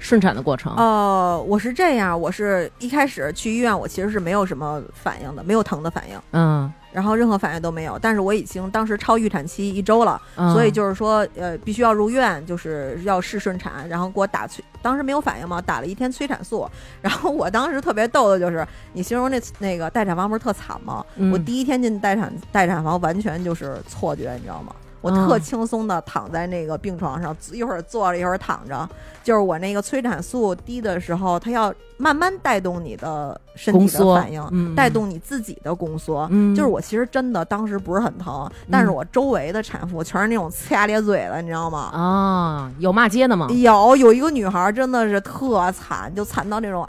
Speaker 4: 顺产的过程，
Speaker 3: 呃，我是这样，我是一开始去医院，我其实是没有什么反应的，没有疼的反应，
Speaker 4: 嗯，
Speaker 3: 然后任何反应都没有，但是我已经当时超预产期一周了。
Speaker 4: 嗯
Speaker 3: 所以就是说，呃，必须要入院，就是要试顺产，然后给我打催，当时没有反应嘛，打了一天催产素。然后我当时特别逗的就是，你形容那那个待产房不是特惨吗？
Speaker 4: 嗯
Speaker 3: 我第一天进待产待产房，完全就是错觉，你知道吗？我
Speaker 4: 嗯
Speaker 3: 特轻松的躺在那个病床上，一会儿坐着一会儿躺着，就是我那个催产素低的时候，它要慢慢带动你的身
Speaker 4: 宫
Speaker 3: 体的
Speaker 4: 缩
Speaker 3: 反应，
Speaker 4: 嗯
Speaker 3: 带动你自己的宫缩。
Speaker 4: 嗯
Speaker 3: 就是我其实真的当时不是很疼，但是我周围的产妇全是那种呲牙咧嘴的，你知道吗？
Speaker 4: 啊，有骂街的吗？
Speaker 3: 有有一个女孩真的是特惨，就惨到那种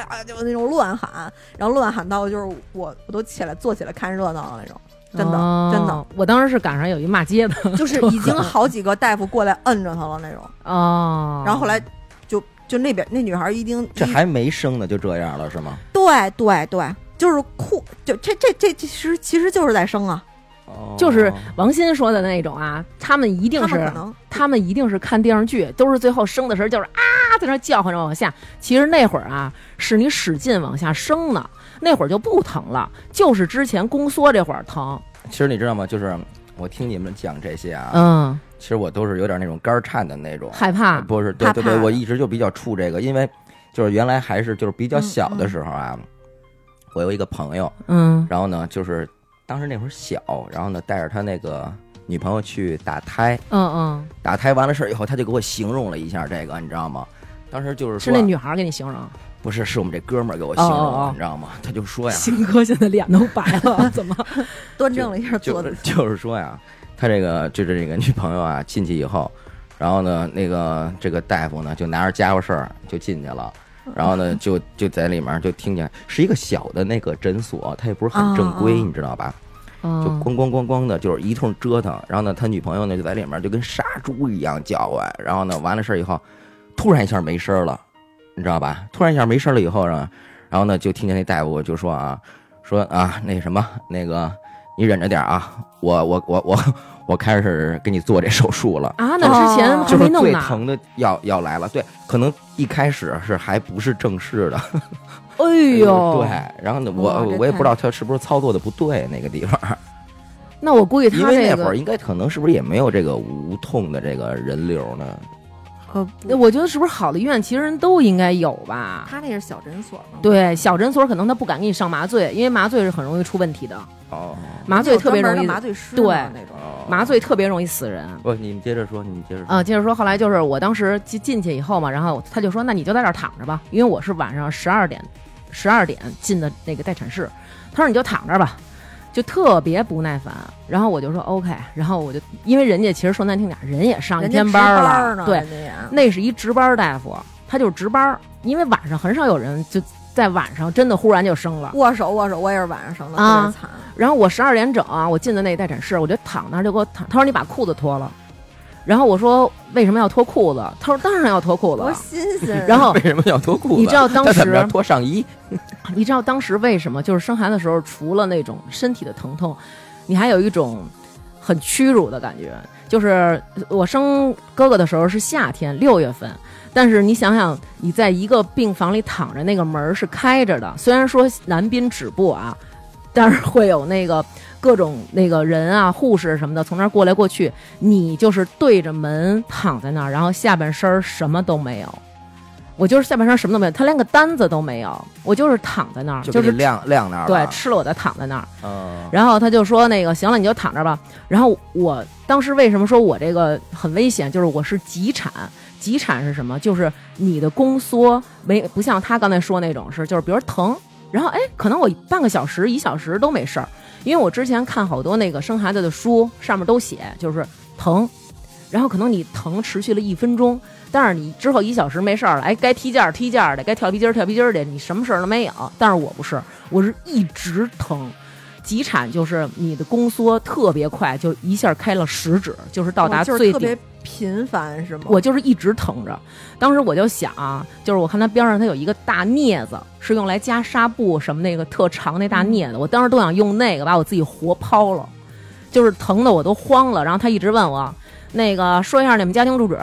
Speaker 3: 啊，就那种乱喊，然后乱喊到就是我我都起来坐起来看热闹的那种，真的、
Speaker 4: 哦
Speaker 3: 真 的，
Speaker 4: 我当时是赶上有一骂街的
Speaker 3: 就是已经好几个大夫过来摁着她了那种，
Speaker 4: 哦，
Speaker 3: 然后后来就就那边那女孩一定
Speaker 2: 这还没生呢，就这样了是吗？
Speaker 3: 对对对，就是哭，就这这这其实其实就是在生啊，
Speaker 2: 哦
Speaker 4: 就是王鑫说的那种啊，他们一定
Speaker 3: 他
Speaker 4: 是
Speaker 3: 们可能
Speaker 4: 他们一定是看电视剧，都是最后生的时候就是啊，在那叫唤着往下。其实那会儿啊，是你使劲往下生呢，那会儿就不疼了，就是之前宫缩这会儿疼。
Speaker 2: 其实你知道吗？就是我听你们讲这些啊，
Speaker 4: 嗯，
Speaker 2: 其实我都是有点那种肝儿颤的那种，
Speaker 4: 害怕。
Speaker 2: 不是，对
Speaker 3: 怕
Speaker 2: 对
Speaker 3: 怕
Speaker 2: 对，我
Speaker 3: 的
Speaker 2: 一直就比较怵这个，因为就是原来还是就是比较
Speaker 3: 嗯
Speaker 2: 小的
Speaker 3: 嗯
Speaker 2: 时候啊，我有一个朋友，
Speaker 4: 嗯
Speaker 2: 然后呢，就是当时那会儿小，然后呢，带着他那个女朋友去打胎，
Speaker 4: 嗯
Speaker 2: 打胎完了事儿以后，他就给我形容了一下这个，你知道吗？当时就是
Speaker 4: 嗯，是
Speaker 2: 说，
Speaker 4: 那女孩儿给你形容。
Speaker 2: 不是，是我们这哥们儿给我形容的，
Speaker 4: 哦哦哦
Speaker 2: 你知道吗？他就说呀，
Speaker 4: 鑫哥现在脸都白 了，怎么？
Speaker 3: 端正了一下
Speaker 2: 就
Speaker 3: 坐姿
Speaker 2: 是。就是说呀，他这个就是这个女朋友啊进去以后，然后呢，那个这个大夫呢就拿着家伙事儿就进去了。
Speaker 3: 嗯
Speaker 2: 然后呢，就就在里面就听见是一个小的那个诊所，它也不是很正规，
Speaker 3: 啊啊
Speaker 2: 你知道吧？就
Speaker 4: 哦
Speaker 2: 咣咣咣咣的，就是一通折腾。然后呢，他女朋友呢就在里面就跟杀猪一样叫唤。然后呢，完了事儿以后，突然一下没声儿了，你知道吧？突然一下没声儿了以后呢，然后呢就听见那大夫就说啊，说啊那什么那个你忍着点儿啊，我我我我我开始给你做这手术了。
Speaker 4: 啊，那之前还
Speaker 2: 就是
Speaker 4: 没弄
Speaker 2: 最
Speaker 4: 呢。
Speaker 2: 疼的要要来了，对，可能一开始是还不是正式的，
Speaker 4: 哎呦，
Speaker 2: 对，然后呢，
Speaker 3: 哇
Speaker 2: 我
Speaker 3: 这
Speaker 2: 我也
Speaker 3: 太
Speaker 2: 不知道他是不是操作的不对那个地方，
Speaker 4: 那我估计
Speaker 2: 因
Speaker 4: 他
Speaker 2: 为
Speaker 4: 这
Speaker 2: 那会儿
Speaker 4: 个，
Speaker 2: 应该可能是不是也没有这个无痛的这个人流呢？
Speaker 3: 呃，不
Speaker 4: 我觉得是不是好的医院其实人都应该有吧？
Speaker 3: 他那是小诊所嘛，
Speaker 4: 对，小诊所可能他不敢给你上麻醉，因为麻醉是很容易出问题的，
Speaker 2: 哦，
Speaker 4: 麻醉特别容易，
Speaker 3: 麻醉师嘛
Speaker 4: 对
Speaker 3: 那种。
Speaker 2: 哦
Speaker 4: 麻醉特别容易死人。
Speaker 2: 不，你们接着说，你们接着说。
Speaker 4: 啊，接着说，后来就是我当时进进去以后嘛，然后他就说，那你就在这儿躺着吧，因为我是晚上十二点，十二点进的那个待产室，他说你就躺这儿吧，就特别不耐烦。然后我就说 OK，然后我就因为人家其实说难听点，人也上一
Speaker 3: 人家
Speaker 4: 天
Speaker 3: 值
Speaker 4: 班儿
Speaker 3: 班儿
Speaker 4: 了，
Speaker 3: 呢
Speaker 4: 对，
Speaker 3: 人家也
Speaker 4: 那是一值班大夫，他就是值班，因为晚上很少有人就在晚上真的忽然就生了。
Speaker 3: 握手握手，我也是晚上生的，特
Speaker 4: 啊
Speaker 3: 别惨。
Speaker 4: 然后我十二点整啊、我进的那待产室，我就躺那儿就给我躺，他说你把裤子脱了，然后我说为什么要脱裤子？他说当然要脱裤子
Speaker 3: 多。新鲜 啊！
Speaker 4: 然后
Speaker 2: 为什么要脱裤子？啊
Speaker 4: 你知道当
Speaker 2: 他怎么着
Speaker 4: 时，
Speaker 2: 脱上衣？
Speaker 4: 你知道当时为什么？就是生孩子的时候，除了那种身体的疼痛，你还有一种很屈辱的感觉。就是我生哥哥的时候是夏天六月份，但是你想想，你在一个病房里躺着，那个门儿是开着的。虽然说男宾止步啊，但是会有那个各种那个人啊、护士什么的从那儿过来过去，你就是对着门躺在那儿，然后下半身儿什么都没有。我就是下半身儿什么都没有，他连个单子都没有，我就是躺在那儿，
Speaker 2: 给
Speaker 4: 就
Speaker 2: 你
Speaker 4: 是
Speaker 2: 晾晾那儿
Speaker 4: 对
Speaker 2: 了，
Speaker 4: 吃了我的躺在那儿。
Speaker 2: 嗯，
Speaker 4: 然后他就说那个行了，你就躺着吧。然后我当时为什么说我这个很危险？就是我是急产，急产是什么？就是你的宫缩没不像他刚才说那种是，就是比如疼，然后哎，可能我半个小时、一小时都没事儿，因为我之前看好多那个生孩子的书，上面都写就是疼，然后可能你疼持续了一分钟，但是你之后一小时没事儿了，哎，该踢毽儿踢毽儿的，该跳皮筋儿跳皮筋儿的，你什么事儿都没有。但是我不是，我是一直疼。急产就是你的宫缩特别快，就一下开了十指，就是到达
Speaker 3: 哇哦就
Speaker 4: 最
Speaker 3: 是特
Speaker 4: 顶
Speaker 3: 别频繁是吗？
Speaker 4: 我就是一直疼着。当时我就想啊，就是我看他边上他有一个大镊子，是用来夹纱布什么那个特长那
Speaker 3: 嗯
Speaker 4: 大镊子，我当时都想用那个把我自己活抛了，就是疼的我都慌了。然后他一直问我那个说一下你们家庭住址，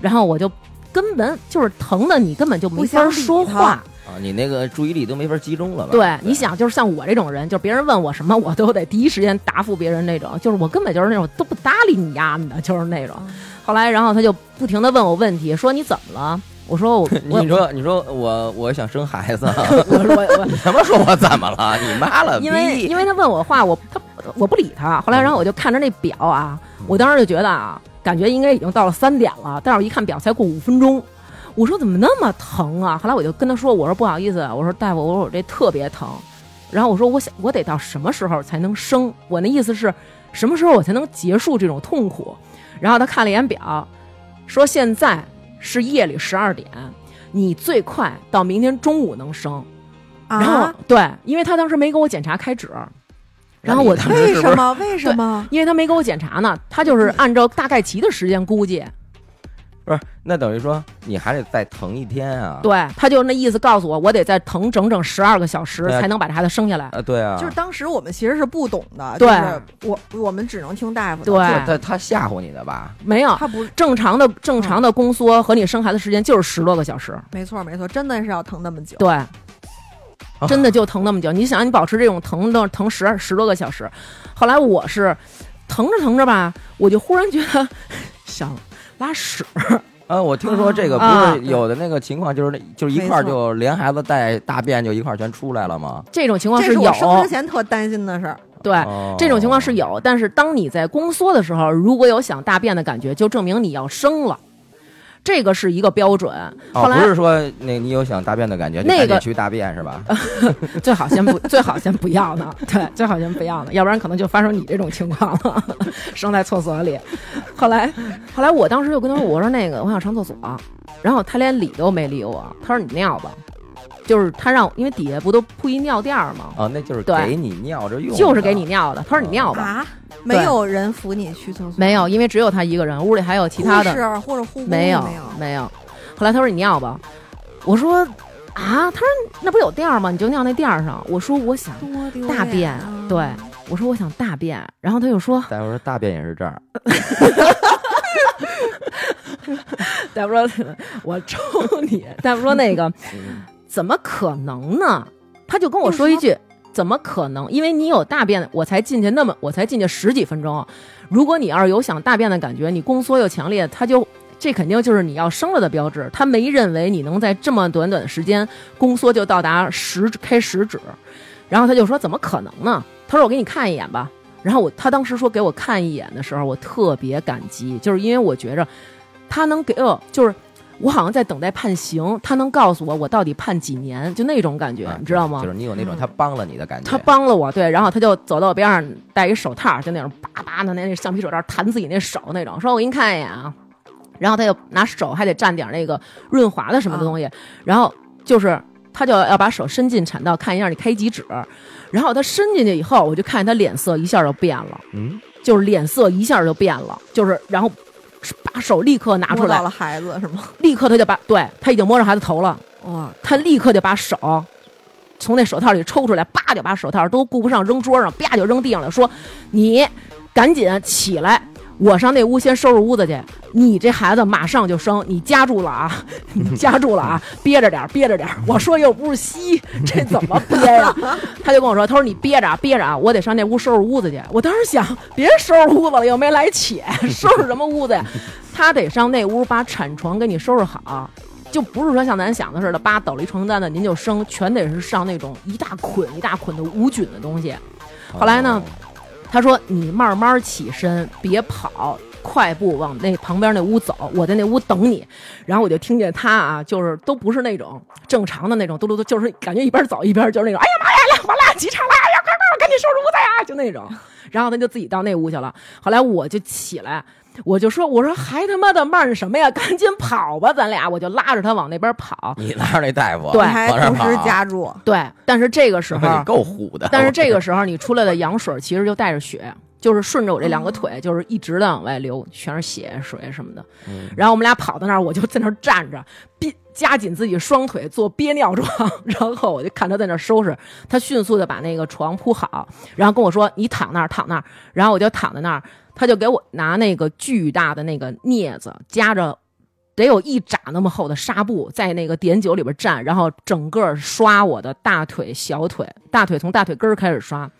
Speaker 4: 然后我就根本就是疼的你根本就没
Speaker 3: 不
Speaker 4: 法
Speaker 3: 想理
Speaker 4: 说
Speaker 3: 他
Speaker 4: 话。
Speaker 2: 啊，你那个注意力都没法集中了吧？
Speaker 4: 对，你，想，就是像我这种人，就别人问我什么，我都得第一时间答复别人那种，就是我根本就是那种都不搭理你丫的，就是那种。
Speaker 2: 嗯
Speaker 4: 后来，然后他就不停的问我问题，说你怎么了？我说我我
Speaker 2: 你说你说我我想生孩 子，啊
Speaker 4: 我我我，
Speaker 2: 你他妈说 我怎么了？你妈了逼！嗯
Speaker 4: 因为因为他问我话，我他我不理他。后来，然后我就看着那表啊，我当时就觉得啊，感觉应该已经到了三点了，但是我一看表才过五分钟，我说怎么那么疼啊？后来我就跟他说，我说不好意思，我说大夫，我说我这特别疼，然后我说我想我得到什么时候才能生？我那意思是什么时候我才能结束这种痛苦？然后他看了一眼表，说现在是夜里十二点，你最快到明天中午能生。然后
Speaker 3: 啊，
Speaker 4: 对，因为他当时没给我检查开指，然后我
Speaker 2: 那你
Speaker 3: 为
Speaker 2: 是不
Speaker 3: 什
Speaker 2: 是
Speaker 3: 么？为什么？
Speaker 4: 因为他没给我检查呢，他就是按照大概齐的时间估计，
Speaker 2: 不是，那等于说你还得再疼一天啊？
Speaker 4: 对，他就那意思告诉我，我得再疼整整十二个小时
Speaker 2: 对啊
Speaker 4: 才能把这孩子生下来。
Speaker 2: 啊，对啊，
Speaker 3: 就是当时我们其实是不懂的，
Speaker 4: 对
Speaker 3: 就是我我们只能听大夫的。
Speaker 4: 对
Speaker 2: 他他吓唬你的吧？
Speaker 4: 没有
Speaker 3: 他不，
Speaker 4: 正常的正常的宫缩和你生孩子时间就是十多个小时，
Speaker 3: 没错没错，真的是要疼那么久。
Speaker 4: 对，
Speaker 2: 啊
Speaker 4: 真的就疼那么久。你想，你保持这种疼的疼十十多个小时，后来我是疼着疼着吧，我就忽然觉得 想拉屎，
Speaker 2: 啊，我听说这个
Speaker 4: 啊
Speaker 2: 不是有的那个情况，就是那就是一块儿
Speaker 3: 没错
Speaker 2: 就连孩子带大便就一块儿全出来了吗？
Speaker 4: 这种情况
Speaker 3: 这是
Speaker 4: 有
Speaker 3: 我，生之前特担心的事儿。
Speaker 4: 对，
Speaker 2: 哦
Speaker 4: 哎这种情况是有，但是当你在宫缩的时候，如果有想大便的感觉，就证明你要生了，这个是一个标准。
Speaker 2: 哦，
Speaker 4: 后来
Speaker 2: 不是说那你有想大便的感觉，就
Speaker 4: 那
Speaker 2: 赶紧
Speaker 4: 个呃
Speaker 2: 去大便是吧？
Speaker 4: 最好先不，最好先不要呢， 对，最好先不要呢，要不然可能就发生你这种情况了， 生在厕所里。后来，后来我当啊时就跟他说，我说那个我想上厕所，然后他连理都没理我，他说你尿吧。就是他让，因为底下不都铺一尿垫儿吗？
Speaker 2: 啊，那就是
Speaker 4: 对
Speaker 2: 给你尿着用的，
Speaker 4: 就是给你尿的。他说你
Speaker 2: 哦
Speaker 4: 尿吧，
Speaker 3: 啊，没有人扶你去厕所，
Speaker 4: 没有，因为只有他一个人，屋里还有其
Speaker 3: 护
Speaker 4: 他的
Speaker 3: 士或者护工
Speaker 4: 没有
Speaker 3: 有，
Speaker 4: 没有。后来他说你尿吧，我说啊，他说那不有垫儿吗？你就尿那垫儿上。我说我想，
Speaker 3: 多丢
Speaker 4: 大便
Speaker 3: 脸啊
Speaker 4: 对我说我想大便，然后他又说，
Speaker 2: 大夫说大便也是这儿，
Speaker 4: 大夫说我抽你，大夫说那个怎么可能呢？他就跟我说一句。怎么可能？因为你有大便，我才进去那么，我才进去十几分钟。如果你要是有想大便的感觉，你宫缩又强烈，他就这肯定就是你要生了的标志。他没认为你能在这么短短的时间宫缩就到达十开十指，然后他就说怎么可能呢？他说我给你看一眼吧。然后我他当时说给我看一眼的时候，我特别感激，就是因为我觉着他能给我就是。我好像在等待判刑，他能告诉我我到底判几年，就那种感觉，你知道
Speaker 2: 啊
Speaker 4: 吗？嗯
Speaker 2: 就是你有那种他帮了你的感觉，
Speaker 4: 他帮了我，对，然后他就走到我边上，戴一手套，就那种叭叭的那那橡皮手套弹自己那手那种，说我给你看一眼啊，然后他就拿手还得蘸点那个润滑的什么的
Speaker 3: 啊
Speaker 4: 东西，然后就是他就要把手伸进产道看一下你开几指，然后他伸进去以后，我就看见他脸色一下就变了，
Speaker 2: 嗯，
Speaker 4: 就是脸色一下就变了，就是然后把手立刻拿出
Speaker 3: 摸到
Speaker 4: 来，
Speaker 3: 了孩子是吗？
Speaker 4: 立刻他就把对他已经摸上孩子头了。
Speaker 3: 哇，
Speaker 4: 他立刻就把手从那手套里抽出来，叭就把手套都顾不上扔桌上，啪就扔地上了，说：“你赶紧起来，我上那屋先收拾屋子去。你这孩子马上就生，你夹住了啊， 你夹住了啊，憋着点儿，憋着点儿。我说又不是吸，这怎么憋呀、 他就跟我说，他说你憋着啊，憋着啊，我得上那屋收拾屋子去。我当时想，别收拾屋子了，又没来且， 收拾什么屋子呀？他得上那屋把产床给你收拾好。就不是说像咱想的似的，叭抖了一床单子您就生，全得是上那种一大捆一大捆的无菌的东西。后来
Speaker 2: 哦
Speaker 4: 呢他说：“你慢慢起身，别跑，快步往那旁边那屋走，我在那屋等你。”然后我就听见他啊，就是都不是那种正常的那种嘟嘟嘟，就是感觉一边走一边就是那种“哎呀妈呀，来完了，急场了，哎呀，快快快，赶紧收拾屋子呀！”就那种。然后他就自己到那屋去了。后来我就起来，我就说：“我说还他妈的慢什么呀？赶紧跑吧，咱俩！”我就拉着他往那边跑。
Speaker 2: 你拉着那大夫，
Speaker 4: 对
Speaker 3: 你还
Speaker 2: 往上
Speaker 3: 同时
Speaker 2: 跑
Speaker 3: 夹住，
Speaker 4: 对，但是这个
Speaker 2: 是
Speaker 4: 时候
Speaker 2: 你够虎的，
Speaker 4: 但是这个时候你出来的羊水其实就带着血，就是顺着我这两个腿，就是一直的往外流，全是血水什么的。
Speaker 2: 嗯
Speaker 4: 然后我们俩跑到那儿，我就在那儿站着，憋夹紧自己双腿做憋尿状，然后我就看他在那儿收拾，他迅速的把那个床铺好，然后跟我说：“你躺那儿，躺那儿。”然后我就躺在那儿，他就给我拿那个巨大的那个镊子夹着。得有一拃那么厚的纱布，在那个碘酒里边蘸，然后整个刷我的大腿、小腿，大腿从大腿根儿开始刷，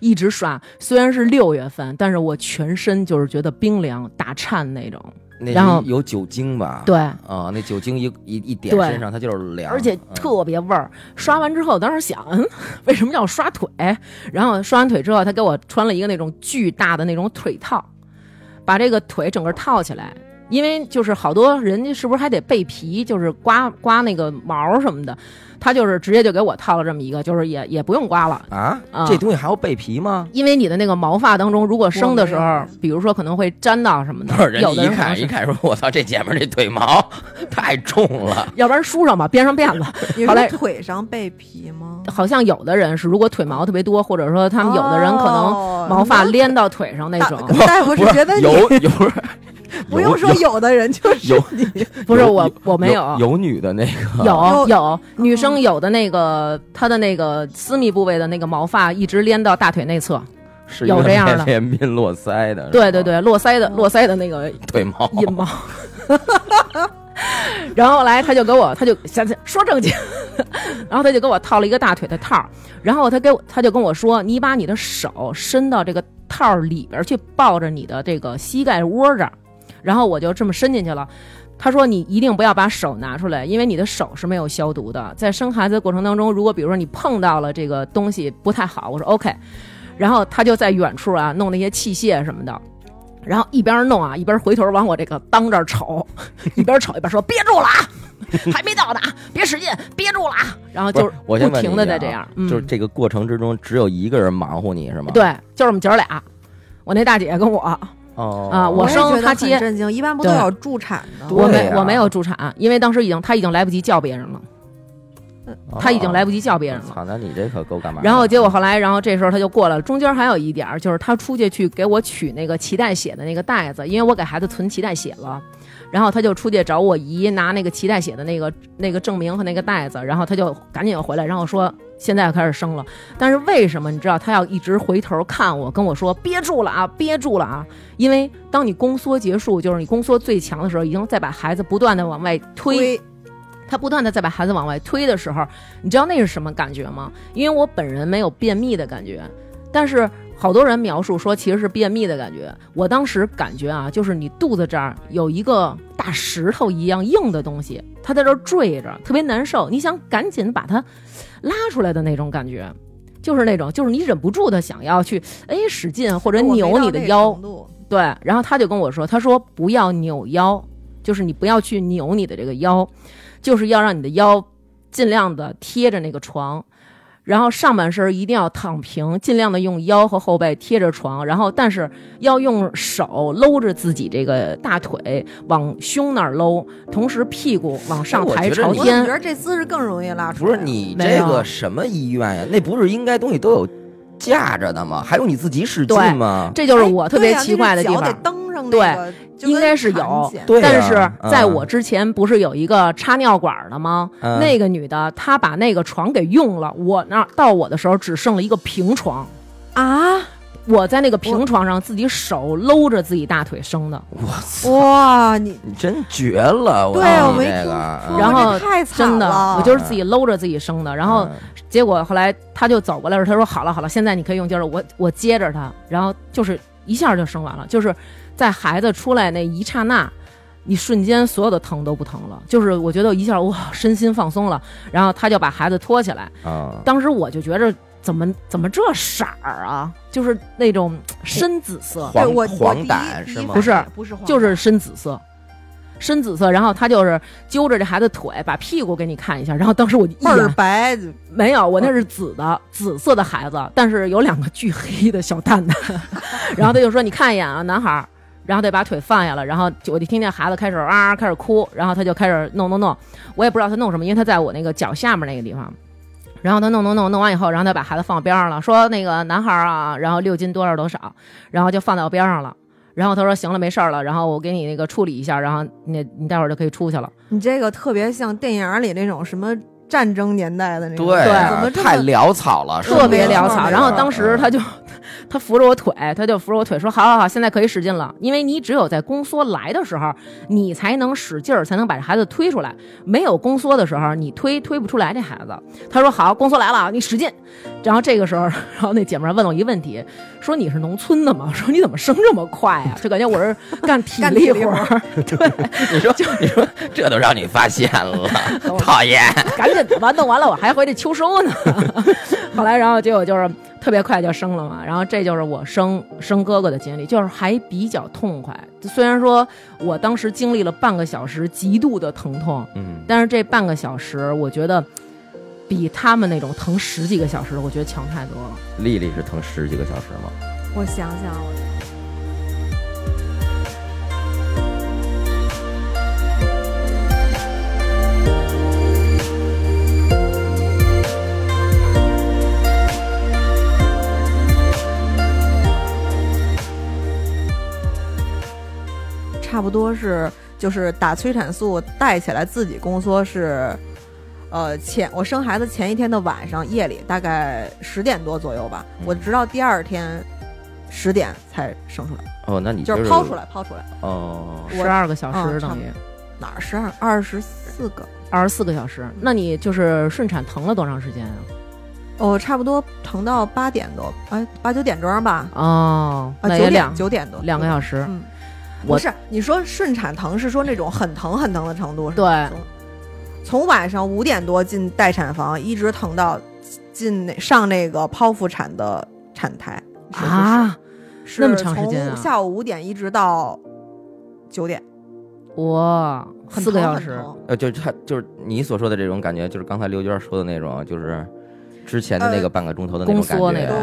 Speaker 4: 一直刷。虽然是六月份，但是我全身就是觉得冰凉、打颤那种。
Speaker 2: 那
Speaker 4: 然后
Speaker 2: 有酒精吧？
Speaker 4: 对，
Speaker 2: 啊，那酒精一一一点
Speaker 4: 对
Speaker 2: 身上，它就是凉，
Speaker 4: 而且
Speaker 2: 嗯
Speaker 4: 特别味儿。刷完之后，当时想，嗯， 为什么要刷腿？然后刷完腿之后，他给我穿了一个那种巨大的那种腿套，把这个腿整个套起来。因为就是好多人家是不是还得备皮，就是刮刮那个毛什么的，他就是直接就给我套了这么一个，就是也也不用刮了，
Speaker 2: 啊
Speaker 4: 啊，
Speaker 2: 这东西还要备皮吗？
Speaker 4: 因为你的那个毛发当中，如果生的时
Speaker 3: 我没
Speaker 4: 候
Speaker 3: 有，
Speaker 4: 比如说可能会粘到什么的
Speaker 2: 嗯不是，，人
Speaker 4: 有
Speaker 2: 家
Speaker 4: 的
Speaker 2: 一
Speaker 4: 可能
Speaker 2: 看
Speaker 4: 是
Speaker 2: 一看说，我操，这姐们儿这腿毛太重了，
Speaker 4: 要不然梳上吧，编上辫子，
Speaker 3: 你
Speaker 4: 后来
Speaker 3: 是腿上被皮吗？
Speaker 4: 好像有的人是，如果腿毛特别多，或者说他们有的人可能
Speaker 3: 哦
Speaker 4: 毛发连到腿上那
Speaker 3: 大
Speaker 4: 种，
Speaker 3: 大夫是
Speaker 2: 不是
Speaker 3: 觉得你
Speaker 2: 有有
Speaker 3: 不用说有的人就是
Speaker 2: 有
Speaker 3: 你，
Speaker 4: 不是
Speaker 2: 有
Speaker 4: 我 我没
Speaker 2: 有
Speaker 4: 有
Speaker 2: 有女的那个
Speaker 4: 有
Speaker 3: 有
Speaker 4: 女生有的那个她的那个私密部位的那个毛发一直连到大腿内侧，
Speaker 2: 是
Speaker 4: 有
Speaker 2: 因为
Speaker 4: 这样的
Speaker 2: 连鬓络腮的，是
Speaker 4: 对
Speaker 2: 吗
Speaker 4: 对，对，络腮的络腮的那个
Speaker 2: 腿毛
Speaker 4: 阴毛。 然后来，他就给我，他就想起说正经， 然后他就给我套了一个大腿的套儿，然后他给我，他就跟我说，你把你的手伸到这个套儿里边儿去，抱着你的这个膝盖窝这儿，然后我就这么伸进去了。他说：“你一定不要把手拿出来，因为你的手是没有消毒的。在生孩子的过程当中，如果比如说你碰到了这个东西不太好，我说 OK。然后他就在远处啊弄那些器械什么的，然后一边弄啊，一边回头往我这个裆这儿瞅， 一边瞅一边说：“憋住了啊，还没到呢，别使劲，憋住了啊。”然后
Speaker 2: 不
Speaker 4: 就是
Speaker 2: 我先
Speaker 4: 不
Speaker 2: 问你
Speaker 4: 停
Speaker 2: 一
Speaker 4: 的
Speaker 2: 下
Speaker 4: 在
Speaker 2: 啊
Speaker 4: 这样，
Speaker 2: 就是
Speaker 4: 嗯、
Speaker 2: 这个过程之中只有一个人忙活你是吗？
Speaker 4: 对，就是我们姐儿俩，我那大姐跟我，
Speaker 2: 哦
Speaker 4: 啊 我
Speaker 3: 也
Speaker 4: 生
Speaker 3: 觉得
Speaker 4: 他
Speaker 3: 很
Speaker 4: 接
Speaker 3: 震惊，一般不都
Speaker 4: 对
Speaker 3: 有助产的吗？
Speaker 2: 对啊
Speaker 4: 我没
Speaker 2: 呀
Speaker 4: 我没有助产，因为当时已经她已经来不及叫别人了，他已经来不及叫别人了。
Speaker 2: 哦操，那你这可够干嘛的？
Speaker 4: 然后结果后来，然后这时候他就过来了。中间还有一点儿，就是他出去去给我取那个脐带血的那个袋子，因为我给孩子存脐带血了。然后他就出去找我姨拿那个脐带血的那个那个证明和那个袋子，然后他就赶紧又回来，然后说现在要开始生了。但是为什么你知道他要一直回头看我，跟我说憋住了啊，憋住了啊？因为当你宫缩结束，就是你宫缩最强的时候，已经在把孩子不断的往外推
Speaker 3: 推
Speaker 4: 他不断的在把孩子往外推的时候，你知道那是什么感觉吗？因为我本人没有便秘的感觉，但是好多人描述说其实是便秘的感觉。我当时感觉啊，就是你肚子这儿有一个大石头一样硬的东西，它在这儿坠着，特别难受。你想赶紧把它拉出来的那种感觉，就是那种，就是你忍不住的想要去哎使劲或者扭你的腰，对，然后他就跟我说，他说不要扭腰，就是你不要去扭你的这个腰，就是要让你的腰尽量的贴着那个床，然后上半身一定要躺平，尽量的用腰和后背贴着床，然后但是要用手搂着自己这个大腿往胸那儿搂，同时屁股往上
Speaker 2: 哎我
Speaker 4: 抬
Speaker 2: 觉得
Speaker 4: 朝
Speaker 2: 你
Speaker 3: 我怎么
Speaker 4: 天
Speaker 3: 觉。得这姿势更容易拉出
Speaker 2: 不
Speaker 3: 来
Speaker 2: 是
Speaker 3: 啊？
Speaker 2: 你
Speaker 4: 没
Speaker 2: 这
Speaker 4: 有
Speaker 2: 个什么医院呀？那不是应该东西都有架着的吗？还用你自己使劲
Speaker 4: 对
Speaker 2: 吗？
Speaker 4: 这就是
Speaker 3: 哎
Speaker 4: 我特
Speaker 3: 对
Speaker 4: 别
Speaker 3: 呀
Speaker 4: 奇怪的地
Speaker 3: 那
Speaker 4: 方
Speaker 3: 是脚。得蹬上那
Speaker 4: 对
Speaker 3: 个，就
Speaker 4: 应
Speaker 3: 跟
Speaker 4: 该是
Speaker 3: 弹
Speaker 4: 有
Speaker 3: 弦
Speaker 2: 对
Speaker 4: 但
Speaker 2: 呀
Speaker 4: 是在
Speaker 2: 嗯
Speaker 4: 我之前不是有一个插尿管的吗？
Speaker 2: 嗯
Speaker 4: 那个女的她把那个床给用了，我那儿到我的时候只剩了一个平床，
Speaker 3: 啊，
Speaker 4: 我在那个平床上自己手搂着自己大腿生的，
Speaker 2: 我操，
Speaker 3: 哇，你
Speaker 2: 嗯你真绝了！
Speaker 3: 对啊
Speaker 2: 我
Speaker 3: 我
Speaker 4: 啊
Speaker 2: 你
Speaker 3: 没
Speaker 2: 这
Speaker 3: 听
Speaker 2: 个
Speaker 3: 说
Speaker 2: 嗯
Speaker 4: 然后
Speaker 3: 这太惨
Speaker 4: 真的，
Speaker 3: 了
Speaker 4: 我就是自己搂着自己生的。然后
Speaker 2: 嗯
Speaker 4: 结果后来她就走过来了，她说：“好了好了，现在你可以用劲儿了。”我我接着她，然后就是一下就生完了，就是在孩子出来那一刹那。你瞬间所有的疼都不疼了，就是我觉得一下哇，身心放松了，然后她就把孩子拖起来，
Speaker 2: 啊，
Speaker 4: 当时我就觉着怎么怎么这色儿啊，就是那种深紫色，
Speaker 2: 黄
Speaker 3: 对我我第
Speaker 2: 黄
Speaker 3: 一
Speaker 2: 疸
Speaker 3: 第一
Speaker 2: 是吗？
Speaker 4: 不是
Speaker 3: 不是黄疸，
Speaker 4: 就是深紫色。深紫色，然后他就是揪着这孩子腿，把屁股给你看一下，然后当时我就一
Speaker 3: 倍儿
Speaker 4: 眼
Speaker 3: 白，
Speaker 4: 没有，我那是紫的，紫色的孩子，但是有两个巨黑的小蛋蛋， 然后他就说你看一眼啊，男孩儿，然后得把腿放下了，然后就我就听见孩子开始啊开始哭，然后他就开始弄弄弄，我也不知道他弄什么，因为他在我那个脚下面那个地方。然后他弄弄弄弄完以后，然后他把孩子放边上了，说那个男孩儿啊，然后六斤多少多少，然后就放到边上了。然后他说行了，没事儿了，然后我给你那个处理一下，然后你你待会儿就可以出去了。
Speaker 3: 你这个特别像电影里那种什么战争年代的那种，
Speaker 2: 啊
Speaker 3: 怎么这
Speaker 2: 太
Speaker 3: 么
Speaker 2: 潦草了，
Speaker 4: 特别潦
Speaker 3: 是
Speaker 4: 草。
Speaker 3: 吗
Speaker 4: 然后当时他就他扶着我腿，他就扶着我腿说：“好好好，现在可以使劲了，因为你只有在宫缩来的时候，你才能使劲儿，才能把这孩子推出来。没有宫缩的时候，你推推不出来这孩子。”他说：“好，宫缩来了啊，你使劲。”然后这个时候，然后那姐们儿问了我一个问题，说：“你是农村的吗？”说：“你怎么生这么快呀、就感觉我是干体
Speaker 3: 干
Speaker 4: 力
Speaker 3: 体力
Speaker 4: 活儿，
Speaker 2: 嗯 你说你说这都让你发现 了，讨厌！
Speaker 4: 赶紧的吧，弄完了我还回去秋收呢。 后来，然后结果就是特别快就生了嘛，然后这就是我生生哥哥的经历，就是还比较痛快。虽然说我当时经历了半个小时极度的疼痛，
Speaker 2: 嗯，
Speaker 4: 但是这半个小时我觉得比他们那种疼十几个小时，我觉得强太多了。
Speaker 2: 丽丽是疼十几个小时吗？
Speaker 3: 我想想，啊我差不多是就是打催产素带起来自己宫缩是，呃前我生孩子前一天的晚上夜里大概十点多左右吧，我直到第二天十点才生出来，
Speaker 2: 哦，那你
Speaker 3: 就是是抛出来抛出来
Speaker 2: 哦，
Speaker 3: 我
Speaker 4: 十二个小时
Speaker 3: 嗯差
Speaker 4: 等
Speaker 3: 不
Speaker 4: 于
Speaker 3: 多哪儿十二二十四个，
Speaker 4: 二十四个小时，那你就是顺产疼了多长时间啊？
Speaker 3: 哦差不多疼到八点多，哎八九点钟吧，
Speaker 4: 哦，
Speaker 3: 啊
Speaker 4: 那
Speaker 3: 九
Speaker 4: 也
Speaker 3: 点
Speaker 4: 两
Speaker 3: 九点多
Speaker 4: 两个
Speaker 3: 时。
Speaker 4: 小时。
Speaker 3: 嗯，
Speaker 4: 我
Speaker 3: 不是你说顺产疼是说那种很疼很疼的程度是吧？
Speaker 4: 对，啊
Speaker 3: 从晚上五点多进待产房，一直疼到进那上那个剖腹产的产台手术室
Speaker 4: 啊，
Speaker 3: 是
Speaker 4: 那么长时间啊
Speaker 3: 从下午五点一直到九点，
Speaker 4: 哇，
Speaker 3: 很
Speaker 4: 四个
Speaker 3: 疼
Speaker 4: 小
Speaker 3: 很
Speaker 4: 时，
Speaker 3: 疼
Speaker 2: 呃，就是他就是你所说的这种感觉，就是刚才刘娟说的那种，啊就是之前的那个
Speaker 3: 呃
Speaker 2: 半个钟头的那种感觉。
Speaker 4: 宫缩那
Speaker 3: 种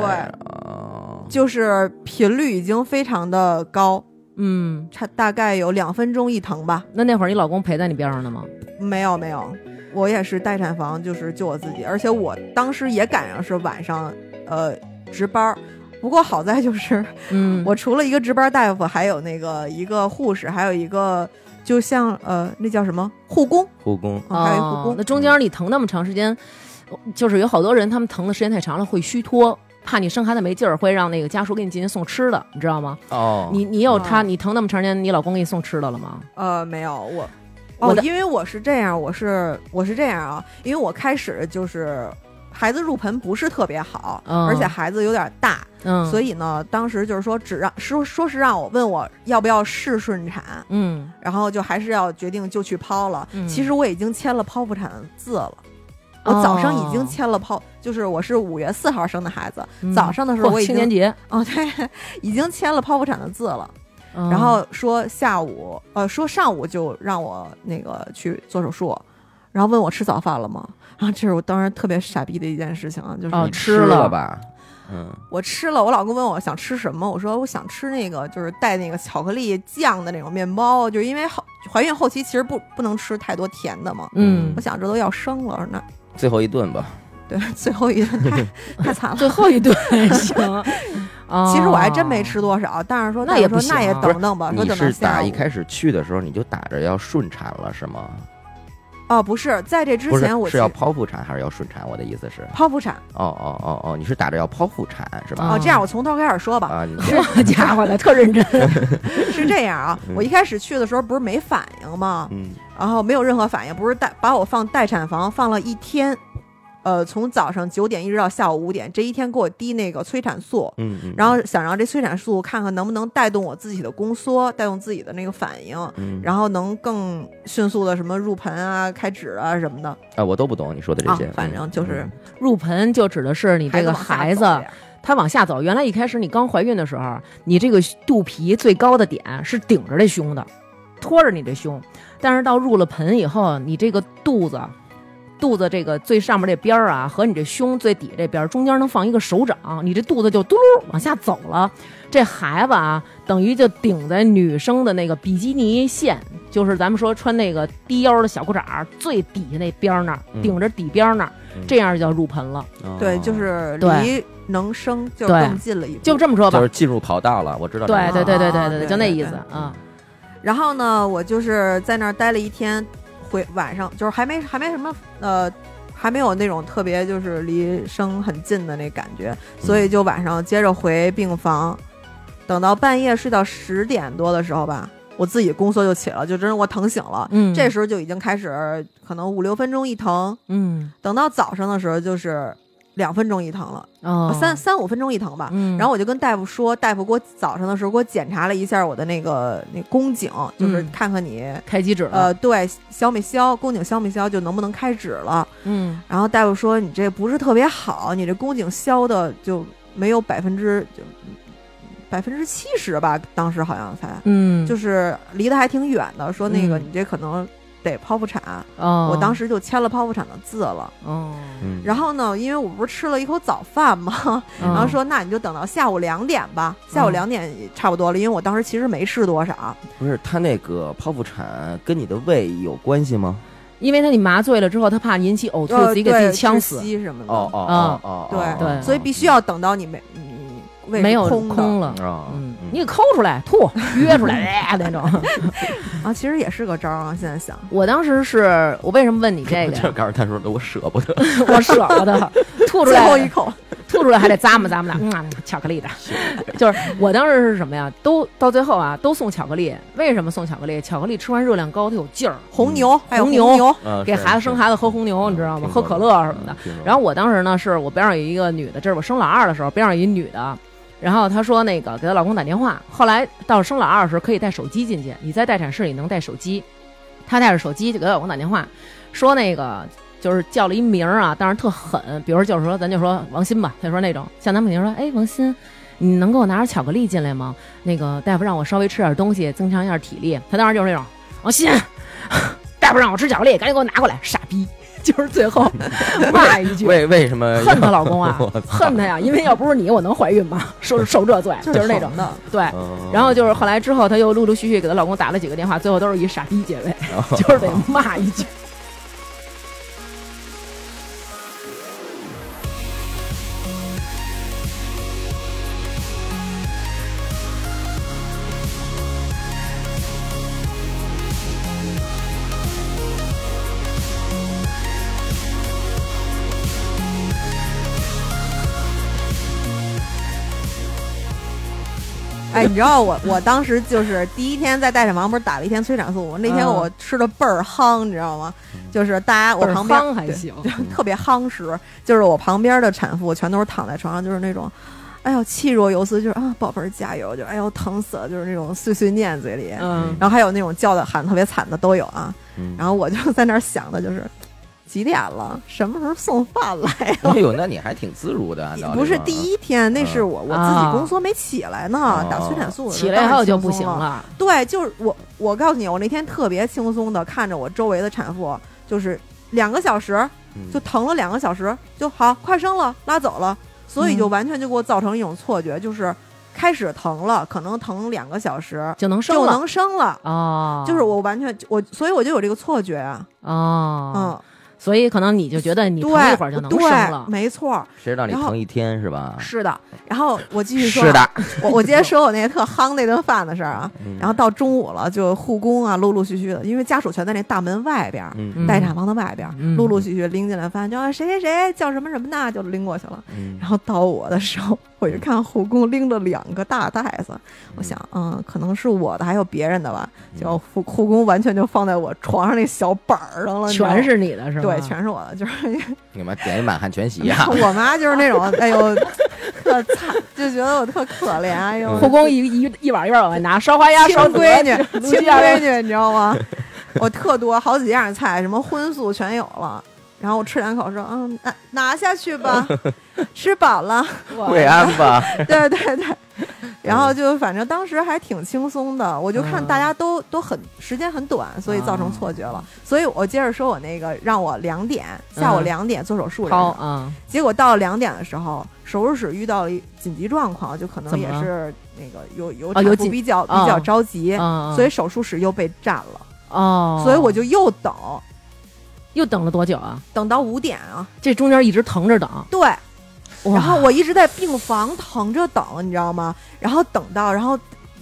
Speaker 2: 哦
Speaker 3: 就是频率已经非常的高，
Speaker 4: 嗯，
Speaker 3: 差大概有两分钟一疼吧。
Speaker 4: 那那会儿你老公陪在你边上呢吗？
Speaker 3: 没有没有，我也是待产房，就是救我自己，而且我当时也赶上是晚上，呃，值班儿。不过好在就是
Speaker 4: 嗯，
Speaker 3: 我除了一个值班大夫，还有那个一个护士，还有一个就像呃那叫什么护工，
Speaker 2: 护工，
Speaker 3: 啊还有一护
Speaker 4: 哦
Speaker 3: 工，
Speaker 4: 那中间你疼那么长时间，就是有好多人他们疼的时间太长了会虚脱，怕你生孩子没劲儿，会让那个家属给你进去送吃的，你知道吗？
Speaker 2: 哦，
Speaker 4: 你你有他，
Speaker 3: 哦
Speaker 4: 你疼那么长时间，你老公给你送吃的了吗？
Speaker 3: 呃，没有我。
Speaker 4: 我
Speaker 3: 哦，
Speaker 4: 的
Speaker 3: 因为我是这样，我是我是这样啊，因为我开始就是孩子入盆不是特别好，
Speaker 4: 嗯
Speaker 3: 而且孩子有点大，
Speaker 4: 嗯，
Speaker 3: 所
Speaker 4: 以
Speaker 3: 以呢，当时就是说只让说说是让我问我要不要试顺产，
Speaker 4: 嗯，
Speaker 3: 然后就还是要决定就去剖了。
Speaker 4: 嗯
Speaker 3: 其实我已经签了剖腹产字了，我早上已经签了剖，就是我是五月四号生的孩子，
Speaker 4: 哦嗯
Speaker 3: 早上的时候
Speaker 4: 嚯
Speaker 3: 我已
Speaker 4: 青年
Speaker 3: 经
Speaker 4: 节，
Speaker 3: 哦对，已经签了剖腹产的字了。
Speaker 4: 然
Speaker 3: 然后说下午，呃，说上午就让我那个去做手术，然后问我吃早饭了吗？ 然后这是我当时特别傻逼的一件事情啊，就是
Speaker 4: 哦
Speaker 2: 你
Speaker 4: 吃
Speaker 2: 了
Speaker 4: 了
Speaker 2: 吧？嗯，
Speaker 3: 我吃了，我老公问我想吃什么，我说我想吃那个就是带那个巧克力酱的那种面包，就是因为后怀孕后期其实不不能吃太多甜的嘛。
Speaker 4: 嗯
Speaker 3: 我，想这都要生了，那
Speaker 2: 最后一顿吧。
Speaker 3: 对 最后一顿太 太惨了。
Speaker 4: 最后一顿 行。哦
Speaker 3: 嗯 其实我还真没吃多少，但是说
Speaker 4: 那也
Speaker 3: 大
Speaker 4: 不
Speaker 3: 夫说
Speaker 4: 行啊
Speaker 3: 那也等等吧，说
Speaker 2: 哦你
Speaker 3: 等到
Speaker 2: 是
Speaker 3: 下
Speaker 2: 打
Speaker 3: 午
Speaker 2: 一开始去的时候你就打着要顺产了是吗？
Speaker 3: 哦，不是在这之
Speaker 2: 不是
Speaker 3: 前我，
Speaker 2: 是
Speaker 3: 其
Speaker 2: 要剖腹产还是要顺产？我的意思是，
Speaker 3: 剖腹产
Speaker 2: 哦哦哦哦，你是打着要剖腹产是吧？
Speaker 4: 啊
Speaker 3: 哦，这样我从头开始说
Speaker 4: 哦
Speaker 3: 吧，
Speaker 2: 啊，你
Speaker 4: 好家伙的，特认真。
Speaker 3: 是这样啊
Speaker 2: 嗯，
Speaker 3: 我一开始去的时候不是没反应吗？
Speaker 2: 嗯
Speaker 3: 然后没有任何反应，不是带把我放待产房放了一天，呃，从早上九点一直到下午五点，这一天给我滴那个催产素，
Speaker 2: 嗯嗯，
Speaker 3: 然后想让这催产素看看能不能带动我自己的宫缩，带动自己的那个反应，
Speaker 2: 嗯
Speaker 3: 然后能更迅速的什么入盆啊、开指啊什么的
Speaker 2: 啊，我都不懂你说的这
Speaker 3: 啊
Speaker 2: 些，，嗯
Speaker 3: 反正就是
Speaker 4: 入盆就指的是你这个孩
Speaker 3: 孩
Speaker 4: 子
Speaker 3: 往下走这样
Speaker 4: 他往下走。原来一开始你刚怀孕的时候，你这个肚皮最高的点是顶着这胸的，托着你这胸。但是到入了盆以后，你这个肚子，肚子这个最上面这边儿啊，和你这胸最底这边儿中间能放一个手掌，你这肚子就嘟噜往下走了。这孩子啊，等于就顶在女生的那个比基尼线，就是咱们说穿那个低腰的小裤衩儿最底下那边儿那儿，
Speaker 2: 嗯
Speaker 4: 顶着底边儿那儿
Speaker 2: 嗯，
Speaker 4: 这样就叫入盆了。
Speaker 2: 嗯
Speaker 3: 对，
Speaker 2: 哦
Speaker 3: 就是
Speaker 4: 对
Speaker 3: 离能生就
Speaker 4: 对
Speaker 3: 更近了一步，
Speaker 4: 就这么说
Speaker 2: 哦
Speaker 4: 吧
Speaker 2: 就，是进入跑道了，我知道这个意
Speaker 4: 对
Speaker 2: 思。
Speaker 4: 对对对对对，
Speaker 3: 啊
Speaker 4: 就那
Speaker 3: 对
Speaker 4: 意
Speaker 3: 对
Speaker 4: 思啊。
Speaker 3: 然后呢，我就是在那儿待了一天，回晚上就是还没还没什么呃，还没有那种特别就是离生很近的那感觉，
Speaker 4: 嗯
Speaker 3: 所以就晚上接着回病房，等到半夜睡到十点多的时候吧，我自己宫缩就起了，就真是我疼醒了。
Speaker 4: 嗯，
Speaker 3: 这时候就已经开始可能五六分钟一疼，
Speaker 4: 嗯
Speaker 3: 等到早上的时候就是两分钟一疼了，
Speaker 4: 哦
Speaker 3: 三三五分钟一疼吧。
Speaker 4: 嗯，
Speaker 3: 然后我就跟大夫说，大夫给我早上的时候给我检查了一下我的那个那宫颈，就是
Speaker 4: 嗯
Speaker 3: 看看你、
Speaker 4: 开机指了，
Speaker 3: 呃对消没消，宫颈消没消，就能不能开指了。
Speaker 4: 嗯
Speaker 3: 然后大夫说你这不是特别好，你这宫颈消的就没有百分之就百分之七十吧，当时好像才、
Speaker 4: 嗯，
Speaker 3: 就是是离得还挺远的，说那个
Speaker 4: 嗯
Speaker 3: 你这可能得剖腹产。
Speaker 4: 哦，
Speaker 3: 我当
Speaker 4: 时
Speaker 3: 时就签了剖腹产的字了。
Speaker 4: 哦，
Speaker 2: 嗯，
Speaker 3: 然后呢，因为我不是吃了一口早饭吗？
Speaker 4: 然
Speaker 3: 然后说那你就等到下午两点吧，下午
Speaker 4: 嗯
Speaker 3: 两点也差不多了，因为我当时其实没吃多少，
Speaker 2: 不是他那个剖腹产跟你的胃有关系吗？
Speaker 4: 因为他你麻醉了之后，他怕引起呕吐，
Speaker 3: 呃
Speaker 4: 自己给自
Speaker 3: 对
Speaker 4: 己呛
Speaker 3: 窒
Speaker 4: 死，
Speaker 3: 息什么的。
Speaker 2: 哦哦哦哦，
Speaker 3: 对
Speaker 4: 嗯对
Speaker 3: 所以必须要等到你没你胃
Speaker 4: 嗯
Speaker 3: 是
Speaker 4: 没有
Speaker 3: 空的
Speaker 4: 空了。
Speaker 2: 啊，
Speaker 4: 嗯，你给抠出来吐， 约出来那种。
Speaker 3: 啊，其实也是个招儿啊。现在想，
Speaker 4: 我当时是我为什么问你这个
Speaker 2: 就
Speaker 4: 呀？
Speaker 2: 告诉他说我舍不得，
Speaker 4: 我舍不得吐出
Speaker 3: 最
Speaker 4: 来，嗯
Speaker 3: 后一口，
Speaker 4: 吐出来还得咂摸咂摸的，嗯，巧克力的， 就是我当时是什么呀？都到最后啊，都送巧克力。为什么送巧克力？巧克力吃完热量高，它有劲儿，
Speaker 3: 红牛，还有
Speaker 4: 红牛
Speaker 3: 牛，
Speaker 2: 嗯
Speaker 4: 给
Speaker 2: 是
Speaker 4: 孩子生
Speaker 2: 是
Speaker 4: 孩子喝红牛，你知道吗？喝可乐什么
Speaker 2: 嗯
Speaker 4: 的。然后我当时呢，是我边上有一个女的，这是我生老二的时候，边上有一女的，然后她说那个给她老公打电话，后来到生老二的时候可以带手机进去，你在待产室里能带手机，她带着手机就给她老公打电话，说那个就是叫了一名儿啊，但是特狠，比如说就是说咱就说王鑫吧，她说那种像咱们肯定说，哎，王鑫。你能给我拿点巧克力进来吗？那个大夫让我稍微吃点东西，增强一下体力。她当时就是那种，王鑫， 大夫让我吃巧克力，赶紧给我拿过来，傻逼！ 就是最后骂一句，
Speaker 2: 为为什么
Speaker 4: 恨她老公啊
Speaker 2: 我操，
Speaker 4: 恨她呀，因为要不是你，我能怀孕吗？受受这罪，就是那种
Speaker 3: 种的，
Speaker 4: 对。
Speaker 2: 嗯
Speaker 4: 然后就是后来之后，她又陆陆续 续给她老公打了几个电话，最后都是以傻逼结尾，就是得骂一句。
Speaker 3: 哎，你知道我我当时就是第一天在待产房，不是打了一天催产素吗？那天
Speaker 4: 嗯
Speaker 3: 我吃的倍儿夯，你知道吗？就是大家我
Speaker 4: 倍儿
Speaker 3: 旁边
Speaker 4: 夯还
Speaker 3: 对
Speaker 4: 行，
Speaker 3: 特别夯实，就是我旁边的产妇全都是躺在床上，就是那种，哎呦气若游丝，就是啊宝贝儿加油，就哎呦疼死了，就是那种碎碎念嘴里。
Speaker 4: 嗯，
Speaker 3: 然后还有那种叫的喊得特别惨的都有啊。
Speaker 2: 嗯
Speaker 3: 然后我就 在那儿想的就是，几点了？什么时候送饭来？
Speaker 2: 哎呦，那你还挺自如的，按啊道理
Speaker 3: 不是
Speaker 4: 啊
Speaker 2: 说
Speaker 3: 第，一天，那是我我自己宫缩没起来呢
Speaker 2: 啊，
Speaker 3: 打催产素的
Speaker 4: 嗯哦
Speaker 3: 时
Speaker 4: 起
Speaker 3: 候
Speaker 4: 来以后
Speaker 3: 当然
Speaker 4: 就
Speaker 3: 轻松
Speaker 4: 不行
Speaker 3: 了。
Speaker 4: 了，
Speaker 3: 对，就是我，我告诉你，我那天特别轻松的看着我周围的产妇，就是两个小时
Speaker 2: 嗯
Speaker 3: 就疼了两个小时，就好快生了，拉走了，所以就完全就给我造成一种错觉，就是开始疼了，可能疼两个小时
Speaker 4: 就能生
Speaker 3: 就
Speaker 4: 了
Speaker 3: 能生了，
Speaker 4: 哦，
Speaker 3: 就是我完全我，所以我就有这个错觉啊，
Speaker 4: 哦，
Speaker 3: 嗯，
Speaker 4: 所以可能你就觉得你
Speaker 3: 对
Speaker 4: 疼一会儿就能生
Speaker 3: 对，
Speaker 4: 了，啊
Speaker 3: 没错，
Speaker 2: 谁让你
Speaker 3: 然后
Speaker 2: 疼一天是吧？
Speaker 3: 是的。然后我继续说，啊
Speaker 2: 是的，
Speaker 3: 我我接着说我那特夯那顿饭的事儿啊。
Speaker 2: 嗯
Speaker 3: 然后到中午了，就护工啊，陆陆续续的，因为家属全在那大门外边儿，
Speaker 2: 嗯
Speaker 4: 嗯
Speaker 3: 待产房的外边儿，
Speaker 4: 嗯
Speaker 3: 陆陆续续拎进来饭，就啊谁谁谁叫什么什么呢，就拎过去了。
Speaker 2: 嗯
Speaker 3: 然后到我的时候，我就看护工拎了两个大袋子，我想，嗯，可能是我的，还有别人的吧。
Speaker 2: 嗯
Speaker 3: 结果护护工完全就放在我床上那小板儿上了，你知道吗
Speaker 4: 全是你的是吧？
Speaker 3: 对， 全是我的，就是
Speaker 2: 你妈点一满汉全席啊
Speaker 3: 然
Speaker 2: 呀
Speaker 3: 后！ 我妈就是那种，哎呦，特惨，就觉得我特可怜，哎呦，
Speaker 4: 后宫一一一碗一碗往外拿，烧花鸭、
Speaker 3: 亲
Speaker 4: 烧
Speaker 3: 闺女，
Speaker 4: 卤
Speaker 3: 亲
Speaker 4: 鸡鸭
Speaker 3: 闺女，你知道吗？ 我特多，好几样菜，什么荤素全有了。然后我吃两口说，嗯，拿拿下去吧，吃饱了。
Speaker 2: 跪安 吧，
Speaker 3: 对对对。然后就反正当时还挺轻松的，我就看
Speaker 4: 嗯
Speaker 3: 大家都、都很时间很短，所以造成错觉了。所以我接着说我那个让我两点下午
Speaker 4: 嗯
Speaker 3: 两点做手术来着，
Speaker 4: 掏啊，
Speaker 3: 结果到两点的时候，手术室遇到了一紧急状况，就可能
Speaker 4: 怎么
Speaker 3: 也
Speaker 4: 了
Speaker 3: 是那个有有
Speaker 4: 哦有
Speaker 3: 产妇
Speaker 4: 紧
Speaker 3: 比较、
Speaker 4: 哦
Speaker 3: 比较着急，
Speaker 4: 嗯，
Speaker 3: 所以手术室又被占了，
Speaker 4: 哦，
Speaker 3: 所以我就又等，
Speaker 4: 又等了多久啊？
Speaker 3: 等到五点啊，
Speaker 4: 这中间一直疼着等，
Speaker 3: 对，
Speaker 4: 哇
Speaker 3: 然后我一直在病房疼着等，你知道吗？然后等到，然后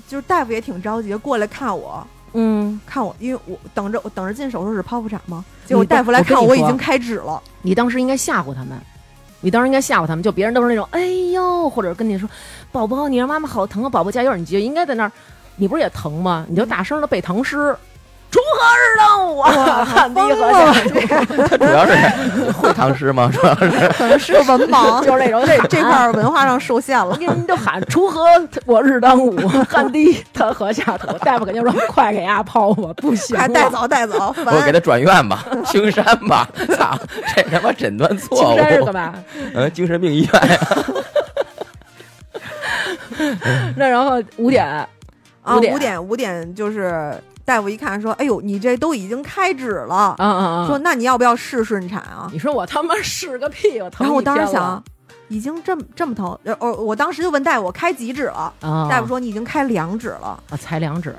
Speaker 3: 就是大夫也挺着急，过来看我。
Speaker 4: 嗯，
Speaker 3: 看我，因为我等着，我等着进手术室剖腹产嘛。结
Speaker 4: 你
Speaker 3: 果
Speaker 4: 不
Speaker 3: 大夫来
Speaker 4: 我跟
Speaker 3: 看
Speaker 4: 你
Speaker 3: 我已
Speaker 4: 说
Speaker 3: 经开指了，
Speaker 4: 你当时应该吓唬他们，你当时应该吓唬他们，就别人都是那种哎呦，或者跟你说宝宝，你让妈妈好疼啊，宝宝加油，你就应该在那儿，你不是也疼吗？你就大声的背唐诗。锄禾日当午， 汗滴禾下土，
Speaker 2: 他主要是会唐诗吗？主要是
Speaker 3: 可能是文盲，
Speaker 4: 就是那种
Speaker 3: 这这块儿文化上受限了
Speaker 4: 我。跟你就喊“锄禾我日当 午，汗滴他禾下土”，大夫肯定说：“快给丫泡吧，不行啊了，
Speaker 3: 快带走带走，烦
Speaker 2: 我给他转院吧，青山吧，操，这他妈诊断错
Speaker 4: 青山是干
Speaker 2: 误，
Speaker 4: 嘛？
Speaker 2: 嗯，精神病医院呀，
Speaker 4: 那然后五点，
Speaker 3: 啊，
Speaker 4: 五点
Speaker 3: 五点五点就是大夫一看说，哎呦，你这都已经开指了，
Speaker 4: 啊啊
Speaker 3: 说
Speaker 4: 啊！
Speaker 3: 那你要不要试顺产啊？
Speaker 4: 你说我他妈是个屁，我疼啊
Speaker 3: 然后我当时
Speaker 4: 一天
Speaker 3: 想
Speaker 4: 了，，
Speaker 3: 已经这么这么疼，呃，哦我当时就问大夫，我开几指了？
Speaker 4: 啊
Speaker 3: 大夫说你已经开两指了。
Speaker 4: 啊，才两指，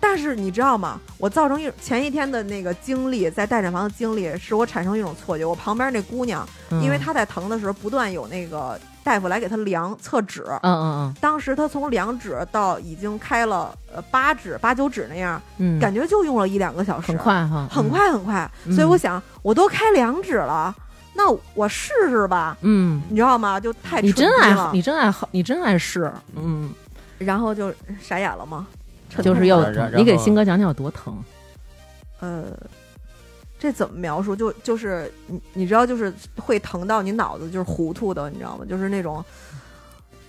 Speaker 3: 但是你知道吗？我造成一前一天的那个经历，在待产房的经历，使我产生一种错觉。我旁边那姑娘，因为
Speaker 4: 嗯
Speaker 3: 她在疼的时候，不断有那个大夫来给她量测指，
Speaker 4: 嗯嗯
Speaker 3: 当时她从两指到已经开了呃八指、八九指那样，
Speaker 4: 嗯嗯，
Speaker 3: 感觉就用了一两个小时，
Speaker 4: 很快哈，
Speaker 3: 很快很快，
Speaker 4: 嗯
Speaker 3: 所以我想，我都开两指了，那我试试吧，
Speaker 4: 嗯，
Speaker 3: 你知道吗？就太
Speaker 4: 嗯，你真
Speaker 3: 蠢逼
Speaker 4: 爱
Speaker 3: 了，
Speaker 4: 你真爱好，你真爱试，嗯，
Speaker 3: 然后就傻眼了吗？ 沉痛
Speaker 4: 就是又
Speaker 2: 然然
Speaker 4: 疼，你给
Speaker 2: 后
Speaker 4: 鑫哥讲讲有多疼，
Speaker 3: 呃，这怎么描述？就就是你你知道，就是会疼到你脑子就是糊涂的，你知道吗？就是那种。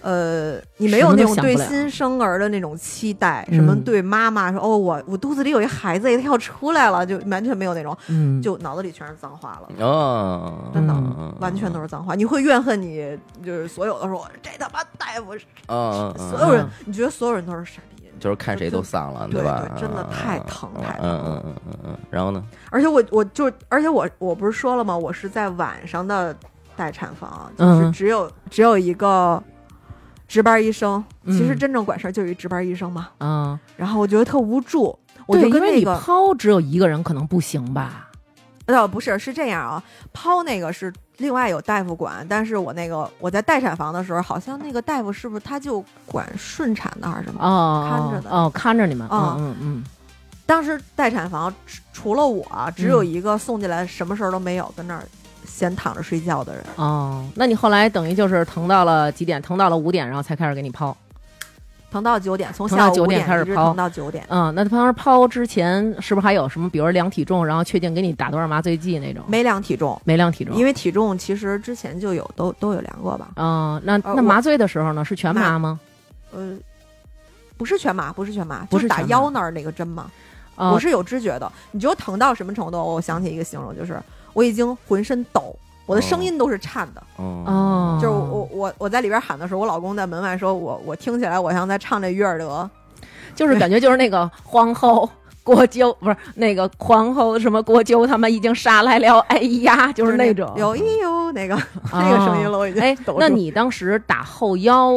Speaker 3: 呃，你没有那种
Speaker 4: 什么都想不
Speaker 3: 对
Speaker 4: 了
Speaker 3: 新生儿的那种期待，
Speaker 4: 嗯
Speaker 3: 什么对妈妈说、哦，我我肚子里有一孩子，要出来了，就完全没有那种，
Speaker 4: 嗯，
Speaker 3: 就脑子里全是脏话了。
Speaker 2: 哦，
Speaker 3: 真的
Speaker 2: 嗯
Speaker 3: 完全都是脏话，你会怨恨你就是所有的说，这他妈大夫，
Speaker 2: 嗯，嗯
Speaker 3: 所
Speaker 2: 嗯
Speaker 3: 有人
Speaker 4: 嗯，
Speaker 3: 你觉得所有人都是傻逼，
Speaker 2: 就是看谁都丧了，
Speaker 3: 对
Speaker 2: 吧？
Speaker 3: 对真的
Speaker 4: 啊
Speaker 3: 太疼
Speaker 2: 嗯
Speaker 3: 太疼
Speaker 2: 嗯嗯嗯嗯，然后呢？
Speaker 3: 而且我我就而且我我不是说了吗？我是在晚上的待产房，就
Speaker 4: 嗯
Speaker 3: 是只有只有一个值班医生，其实
Speaker 4: 嗯
Speaker 3: 真正管事儿就有一值班医生嘛。
Speaker 4: 嗯，
Speaker 3: 然后我觉得特无助，我
Speaker 4: 对
Speaker 3: 就
Speaker 4: 因
Speaker 3: 跟
Speaker 4: 为
Speaker 3: 那
Speaker 4: 你
Speaker 3: 个
Speaker 4: 抛只有一个人可能不行吧，
Speaker 3: 呃不是是这样啊，剖那个是另外有大夫管，但是我那个我在待产房的时候，好像那个大夫是不是他就管顺产的还是什么？
Speaker 4: 哦，
Speaker 3: 看着的
Speaker 4: 哦，看着你们，
Speaker 3: 啊
Speaker 4: 嗯嗯
Speaker 3: 当时待产房除除了我，啊只
Speaker 4: 嗯
Speaker 3: 有一个送进来什么事儿都没有，跟那儿闲躺着睡觉的人。
Speaker 4: 嗯，哦，那你后来等于就是疼到了几点？疼到了五点，然后才开始给你抛，
Speaker 3: 疼到九点，从
Speaker 4: 疼到
Speaker 3: 下午
Speaker 4: 9
Speaker 3: 五
Speaker 4: 点开始
Speaker 3: 一直
Speaker 4: 剖
Speaker 3: 疼到九点，
Speaker 4: 嗯，那他当时剖之前是不是还有什么，比如量体重，然后确定给你打多少麻醉剂那种？
Speaker 3: 没量体重，
Speaker 4: 没量体重，
Speaker 3: 因
Speaker 4: 为
Speaker 3: 为体重其实之前就有，都都有量过吧？
Speaker 4: 嗯，那
Speaker 3: 呃
Speaker 4: 那
Speaker 3: 我
Speaker 4: 麻醉的时候呢，是全麻吗？
Speaker 3: 呃，不是全麻，不是全麻，
Speaker 4: 不
Speaker 3: 就是打
Speaker 4: 全麻
Speaker 3: 腰那儿那个针嘛。
Speaker 4: 啊
Speaker 3: 我，是有知觉的。你觉得疼到什么程度？我想起一个形容，就是我已经浑身抖，我的声音都是颤的。
Speaker 4: 哦，
Speaker 3: 就是我我我在里边喊的时候，我老公在门外说我我听起来我像在唱这约尔德。
Speaker 4: 就是感觉就是那个皇后。 郭鸠不是那个皇后什么郭鸠，他们已经杀来了，哎呀，就
Speaker 3: 就是
Speaker 4: 那种
Speaker 3: 有哎呦那个那个声音了，我已经
Speaker 4: 哎
Speaker 3: 抖，住
Speaker 4: 那你当时打后腰，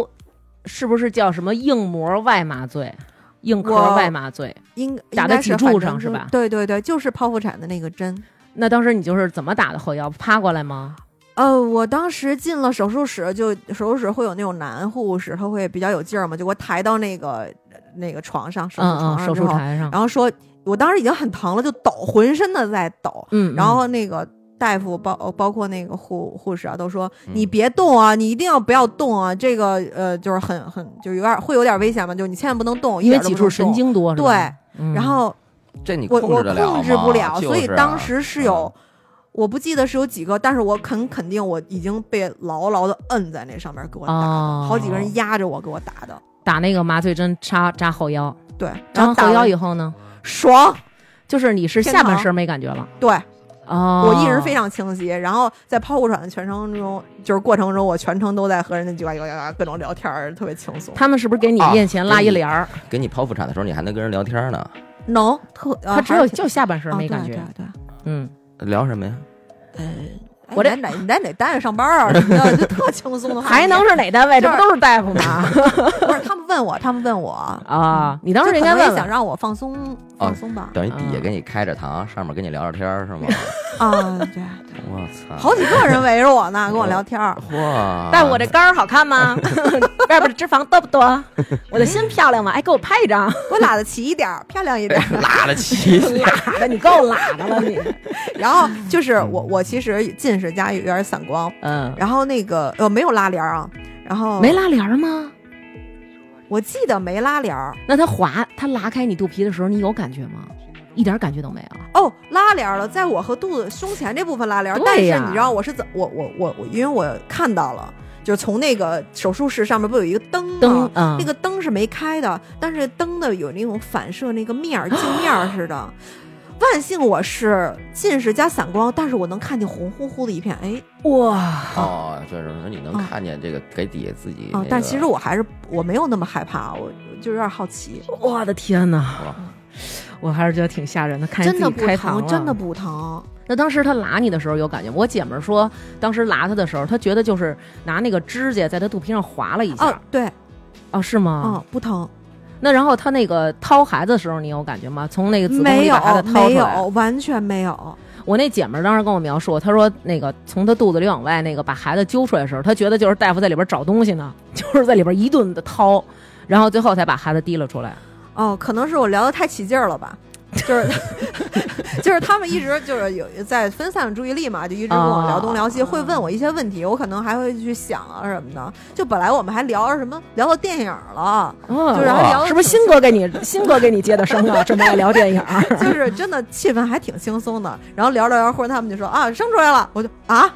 Speaker 4: 是不是叫什么硬膜外麻醉、硬壳
Speaker 3: 我
Speaker 4: 外麻醉？
Speaker 3: 应应
Speaker 4: 打
Speaker 3: 该
Speaker 4: 在脊
Speaker 3: 是
Speaker 4: 柱
Speaker 3: 反正
Speaker 4: 上
Speaker 3: 就是
Speaker 4: 吧
Speaker 3: 对对对，就是剖腹产的那个针。
Speaker 4: 那当时你就是怎么打的后腰？趴过来吗？
Speaker 3: 呃，我当时进了手术室，就手术室会有那种男护士，他会比较有劲儿嘛，就给我抬到那个那个床上，手术
Speaker 4: 嗯
Speaker 3: 床
Speaker 4: 嗯，
Speaker 3: 上
Speaker 4: 手
Speaker 3: 之
Speaker 4: 术
Speaker 3: 后
Speaker 4: 台上。
Speaker 3: 然后说，我当时已经很疼了，就抖，浑身的在抖。
Speaker 4: 嗯，
Speaker 3: 然后那个大夫包包括那个护护士啊，都说
Speaker 2: 嗯
Speaker 3: 你别动啊，你一定要不要动啊，这个呃就是很很就有点会有点危险嘛，就你千万不能动，
Speaker 4: 因为
Speaker 3: 一点都
Speaker 4: 脊
Speaker 3: 不能
Speaker 4: 柱神
Speaker 3: 动。
Speaker 4: 经多是吧？嗯对
Speaker 3: 然后
Speaker 2: 这你
Speaker 3: 我
Speaker 2: 控
Speaker 3: 我
Speaker 2: 制得了
Speaker 3: 控制
Speaker 2: 吗
Speaker 3: 不了，所以
Speaker 2: 就是啊
Speaker 3: 当时是有。我不记得是有几个，但是我肯肯定我已经被牢牢的摁在那上面给我打的，
Speaker 4: 哦
Speaker 3: 好几个人压着我给我打的，
Speaker 4: 打那个麻醉针插扎后腰，
Speaker 3: 对，然
Speaker 4: 扎
Speaker 3: 后
Speaker 4: 完
Speaker 3: 打
Speaker 4: 后腰
Speaker 3: 完
Speaker 4: 以后呢，
Speaker 3: 爽，
Speaker 4: 就是你是
Speaker 3: 天
Speaker 4: 下半
Speaker 3: 堂
Speaker 4: 身没感觉了。
Speaker 3: 对，
Speaker 4: 哦，
Speaker 3: 我意识非常清晰，然后在剖腹产的全程中，就是过程中，我全程都在和人家叽呱叽呱叽呱各种聊天儿，特别轻松。
Speaker 4: 他们是不是给你
Speaker 2: 啊
Speaker 4: 面前拉
Speaker 2: 给
Speaker 4: 一
Speaker 2: 你
Speaker 4: 帘儿？
Speaker 2: 给你剖腹产的时候，你还能跟人聊天呢，
Speaker 3: 能特，呃
Speaker 4: 他只
Speaker 3: 还
Speaker 4: 有
Speaker 3: 是挺
Speaker 4: 就下半身
Speaker 3: 啊
Speaker 4: 没感
Speaker 3: 对
Speaker 4: 觉
Speaker 3: 啊。对啊
Speaker 4: 嗯，
Speaker 2: 聊什么呀？
Speaker 3: 对啊，呃，
Speaker 4: 我这
Speaker 3: 咱得咱得待着上班儿啊什么的，就特轻松的话题。
Speaker 4: 还能是哪单位？这不
Speaker 3: 这儿
Speaker 4: 都是大夫 吗？
Speaker 3: 不是他们问我，他们问我，
Speaker 4: 啊，你当
Speaker 3: 就
Speaker 4: 时应
Speaker 3: 可
Speaker 4: 该
Speaker 3: 能
Speaker 4: 问
Speaker 3: 也想
Speaker 4: 问。啊
Speaker 3: 让我放松放松吧。
Speaker 2: 等于底下
Speaker 4: 嗯
Speaker 2: 给你开着膛，上面跟你聊聊天儿 是吗？
Speaker 3: 啊，对啊，对啊
Speaker 2: 我操！
Speaker 3: 好几个人围着我呢，跟我聊天儿。
Speaker 2: 哇！
Speaker 4: 但我这杆儿好看 吗？外边的脂肪多不多？我的心漂亮吗？哎，给我拍一张！
Speaker 3: 给我拉的齐一点儿，漂亮一点儿。
Speaker 2: 拉得 齐，
Speaker 4: 拉的你够拉的了你。
Speaker 3: 然后就是我，我其实近视加有点散光，
Speaker 4: 嗯，
Speaker 3: 然后那个呃没有拉帘儿啊，然后
Speaker 4: 没拉帘儿吗？
Speaker 3: 我记得没拉帘儿
Speaker 4: 那它滑，它拉开你肚皮的时候，你有感觉吗？一点感觉都没有。
Speaker 3: 哦，拉帘儿了，在我和肚子胸前这部分拉帘儿。但
Speaker 4: 对
Speaker 3: 是
Speaker 4: 呀
Speaker 3: 你知道我是怎我我我我，因为我看到了，就是从那个手术室上面不有一个灯吗？
Speaker 4: 灯啊，
Speaker 3: 那个灯是没开的，但是灯的有那种反射那个面儿镜面儿似的。万幸我是近视加散光，但是我能看见红乎乎的一片，哎
Speaker 4: 哇，
Speaker 2: 哦，就是说你能
Speaker 3: 啊
Speaker 2: 看见这个给底下自己
Speaker 4: 哦
Speaker 2: 那
Speaker 3: 啊！
Speaker 2: 个。
Speaker 3: 但其实我还是我没有那么害怕，我我就有点好奇，
Speaker 4: 我的天
Speaker 2: 哇
Speaker 4: 哪！我还是觉得挺吓人的，啊看见
Speaker 3: 真
Speaker 4: 自
Speaker 3: 的
Speaker 4: 己
Speaker 3: 不
Speaker 4: 开膛
Speaker 3: 疼，
Speaker 4: 了
Speaker 3: 真的。不疼。
Speaker 4: 那当时他拉你的时候有感觉吗？我姐们儿说，当时拉他的时候，她觉得就是拿那个指甲在他肚皮上划了一下。
Speaker 3: 啊，对，
Speaker 4: 哦，是吗？
Speaker 3: 啊，不疼，
Speaker 4: 那然后他那个掏孩子的时候，你有感觉吗？从那个子宫
Speaker 3: 没
Speaker 4: 里把孩
Speaker 3: 有，
Speaker 4: 子掏
Speaker 3: 没
Speaker 4: 出
Speaker 3: 有
Speaker 4: 来。，
Speaker 3: 完全没有。
Speaker 4: 我那姐们儿当时跟我描述，她说那个从她肚子里往外那个把孩子揪出来的时候，她觉得就是大夫在里边找东西呢， 就是在里边一顿的掏，然后最后才把孩子提了出来。
Speaker 3: 哦，可能是我聊得太起劲儿了吧，就是 就是他们一直就是有在分散注意力嘛，就一直跟我聊东聊西，
Speaker 4: 啊
Speaker 3: 会问我一些问题，我可能还会去想啊什么的。就本来我们还聊什么聊到电影了，
Speaker 4: 哦
Speaker 3: 就是还聊得
Speaker 4: 是不是新哥给你新哥给你接的生啊？这么爱聊电影儿，
Speaker 3: 就是真的气氛还挺轻松的。然后聊着聊着，忽然他们就说啊生出来了，我就啊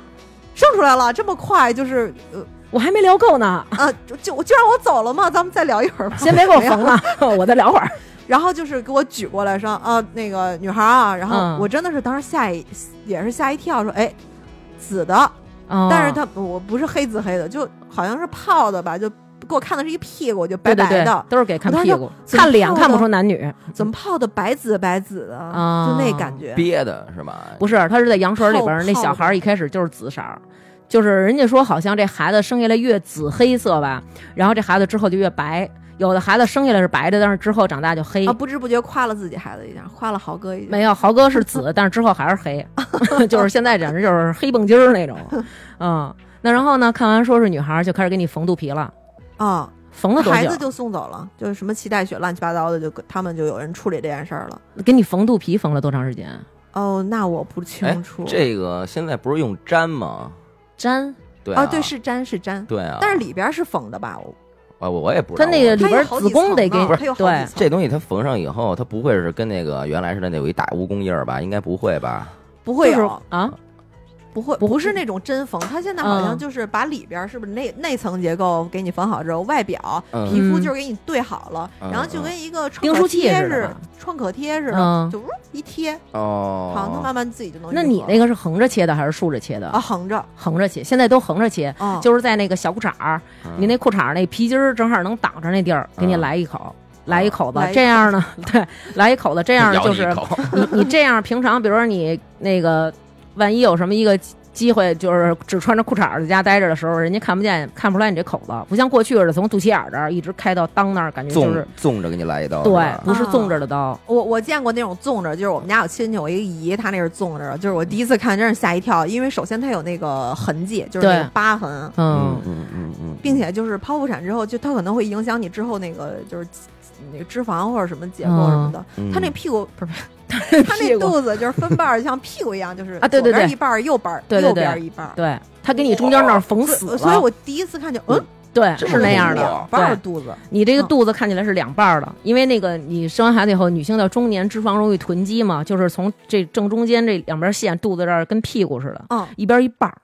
Speaker 3: 生出来了这么快，就是呃
Speaker 4: 我还没聊够呢，
Speaker 3: 啊就就就让我走了吗？咱们再聊一会儿吧。
Speaker 4: 先别 给我缝了，我再聊会儿。
Speaker 3: 然后就是给我举过来说啊，那个女孩啊，然后
Speaker 4: 嗯
Speaker 3: 我真的是当时吓一也是吓一跳，说哎，紫的，
Speaker 4: 哦
Speaker 3: 但是她我不是黑紫黑的，就好像是泡的吧，就给我看的是一屁股，就白
Speaker 4: 对对
Speaker 3: 白
Speaker 4: 对
Speaker 3: 的，，
Speaker 4: 都是给看
Speaker 3: 我当时
Speaker 4: 屁
Speaker 3: 就
Speaker 4: 股，
Speaker 3: 怎么
Speaker 4: 看脸
Speaker 3: 跳
Speaker 4: 看不
Speaker 3: 的
Speaker 4: 出男女。
Speaker 3: 怎么泡的白紫白紫的，
Speaker 4: 啊
Speaker 3: 就那感觉。
Speaker 2: 憋的是吧？
Speaker 4: 不是，他是在羊水里边儿，
Speaker 3: 泡
Speaker 4: 那小孩儿一开始就是紫色儿，就是人家说好像这孩子生下来越紫黑色吧，然后这孩子之后就越白，有的孩子生下来是白的，但是之后长大就黑。
Speaker 3: 啊！不知不觉夸了自己孩子一下，夸了豪哥一下。
Speaker 4: 没有，豪哥是紫，但是之后还是 黑，就是现在简直就是黑蹦筋儿那种，嗯。那然后呢？看完说是女孩，儿，就开始给你缝肚皮了，
Speaker 3: 啊，
Speaker 4: 缝了多
Speaker 3: 孩
Speaker 4: 久
Speaker 3: 子？就送走了，就是什么脐带血乱七八糟的，就跟他们就有人处理这件事儿了。
Speaker 4: 给你缝肚皮缝了多长时间？
Speaker 3: 哦，那我不
Speaker 2: 哎
Speaker 3: 清楚。
Speaker 2: 这个现在不是用粘吗？
Speaker 4: 粘
Speaker 2: 对
Speaker 3: 啊，
Speaker 2: 啊，
Speaker 4: 哦
Speaker 3: 对，是粘是粘，
Speaker 2: 对啊。啊
Speaker 3: 但是里边是缝的吧？我
Speaker 2: 我我也不知
Speaker 4: 它
Speaker 2: 道。
Speaker 4: 那个里
Speaker 3: 它有
Speaker 4: 边
Speaker 3: 好
Speaker 4: 子
Speaker 3: 几层
Speaker 4: 宫得
Speaker 3: 呢
Speaker 4: 给
Speaker 3: 它有好几
Speaker 4: 对
Speaker 3: 层
Speaker 2: 这东西它缝上以后，它不会是跟那个原来似的那有一大蜈蚣印儿吧？应该不会吧？
Speaker 3: 不会
Speaker 4: 就是
Speaker 3: 有，
Speaker 4: 啊，
Speaker 3: 不会，嗯
Speaker 4: 不
Speaker 3: 不是那种针缝，它现在好像就是把里边儿是不是内内层结构给你缝好之后，外表
Speaker 2: 嗯
Speaker 3: 皮肤
Speaker 4: 嗯
Speaker 3: 就是给你对好了，
Speaker 2: 嗯
Speaker 3: 然后就跟一个创
Speaker 4: 订
Speaker 3: 可
Speaker 4: 书器
Speaker 3: 贴
Speaker 4: 似的
Speaker 3: 似
Speaker 4: 吧
Speaker 3: 创可贴似的
Speaker 4: 嗯，
Speaker 3: 就呜一贴，
Speaker 2: 哦，
Speaker 3: 好，它慢慢自己就能愈合。
Speaker 4: 那你那个是横着切的还是竖着切的
Speaker 3: 啊，？横着
Speaker 4: 横着切，现在都横着切，
Speaker 3: 啊，
Speaker 4: 就是在那个小裤衩儿，
Speaker 2: 嗯
Speaker 4: 你那裤衩儿那皮筋儿正好能挡着那地儿，给你
Speaker 2: 嗯
Speaker 4: 来一口，来一口子
Speaker 3: 来一，口
Speaker 4: 这样呢，对，来一口子，这样
Speaker 2: 咬
Speaker 4: 就
Speaker 2: 你一
Speaker 4: 是
Speaker 2: 口
Speaker 4: 你你这样平常，比如说你那个，万一有什么一个机会，就是只穿着裤衩儿在家待着的时候，人家看不见，看不出来你这口子，不像过去似的，从肚脐眼儿这儿一直开到裆那儿，感觉就
Speaker 2: 纵
Speaker 4: 是
Speaker 2: 纵着给你来一刀，是
Speaker 4: 对
Speaker 2: 吧，
Speaker 4: 不是纵着的刀，
Speaker 3: 我我见过那种纵着，就是我们家有亲戚有一个姨，她那是纵着的，就是我第一次看真是吓一跳，因为首先它有那个痕迹，就是那个
Speaker 4: 对
Speaker 3: 疤痕，
Speaker 4: 嗯
Speaker 2: 嗯嗯嗯嗯，
Speaker 3: 并且就是剖腹产之后，就它可能会影响你之后那个就是那个脂肪或者什么结构什么的。
Speaker 2: 嗯
Speaker 3: 他那屁股 不是，他
Speaker 4: 他
Speaker 3: 那肚子就是分半儿，像屁股一样，就是
Speaker 4: 啊对对
Speaker 3: 左边
Speaker 4: 对
Speaker 3: 一半儿，右边儿
Speaker 4: 对对
Speaker 3: 右边
Speaker 4: 对
Speaker 3: 儿一半儿。
Speaker 4: 对他给你中间那儿缝死
Speaker 3: 嗯所
Speaker 4: 了，
Speaker 3: 以所以我第一次看就嗯，
Speaker 4: 对
Speaker 2: 哦这
Speaker 4: 是
Speaker 2: 么
Speaker 4: 那样
Speaker 2: 恐怖
Speaker 4: 的。
Speaker 2: 啊
Speaker 3: 半儿
Speaker 4: 对
Speaker 3: 肚子
Speaker 4: 你这个
Speaker 3: 嗯
Speaker 4: 肚子看起来是两半儿的，因为那个你生完孩子以后，女性到中年脂肪容易囤积嘛，就是从这正中间这两边线，肚子这儿跟屁股似的，
Speaker 3: 嗯，
Speaker 4: 一边一半儿。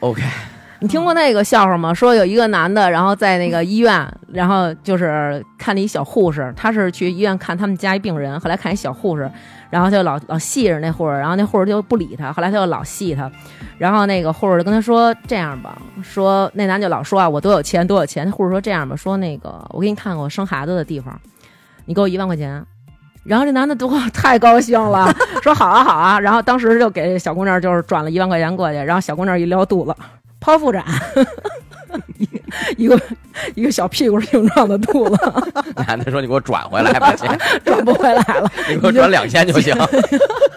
Speaker 2: OK，
Speaker 4: 你听过那个笑话吗？说有一个男的，然后在那个医院，然后就是看了一小护士，他是去医院看他们家一病人，后来看一小护士，然后他就老老戏着那护士，然后那护士就不理他，后来他就老戏他，然后那个护士就跟他说这样吧，说那男就老说啊我多有钱多有钱，那护士说这样吧，说那个我给你看看我生孩子的地方，你给我一万块钱。然后这男的多太高兴了，说好啊好啊，然后当时就给小姑娘就是转了一万块钱过去，然后小姑娘一撩肚子，剖腹产，一个一个小屁股形状的肚子
Speaker 2: 男的说你给我转回来吧，钱
Speaker 4: 转不回来了，
Speaker 2: 你给我转两千就行，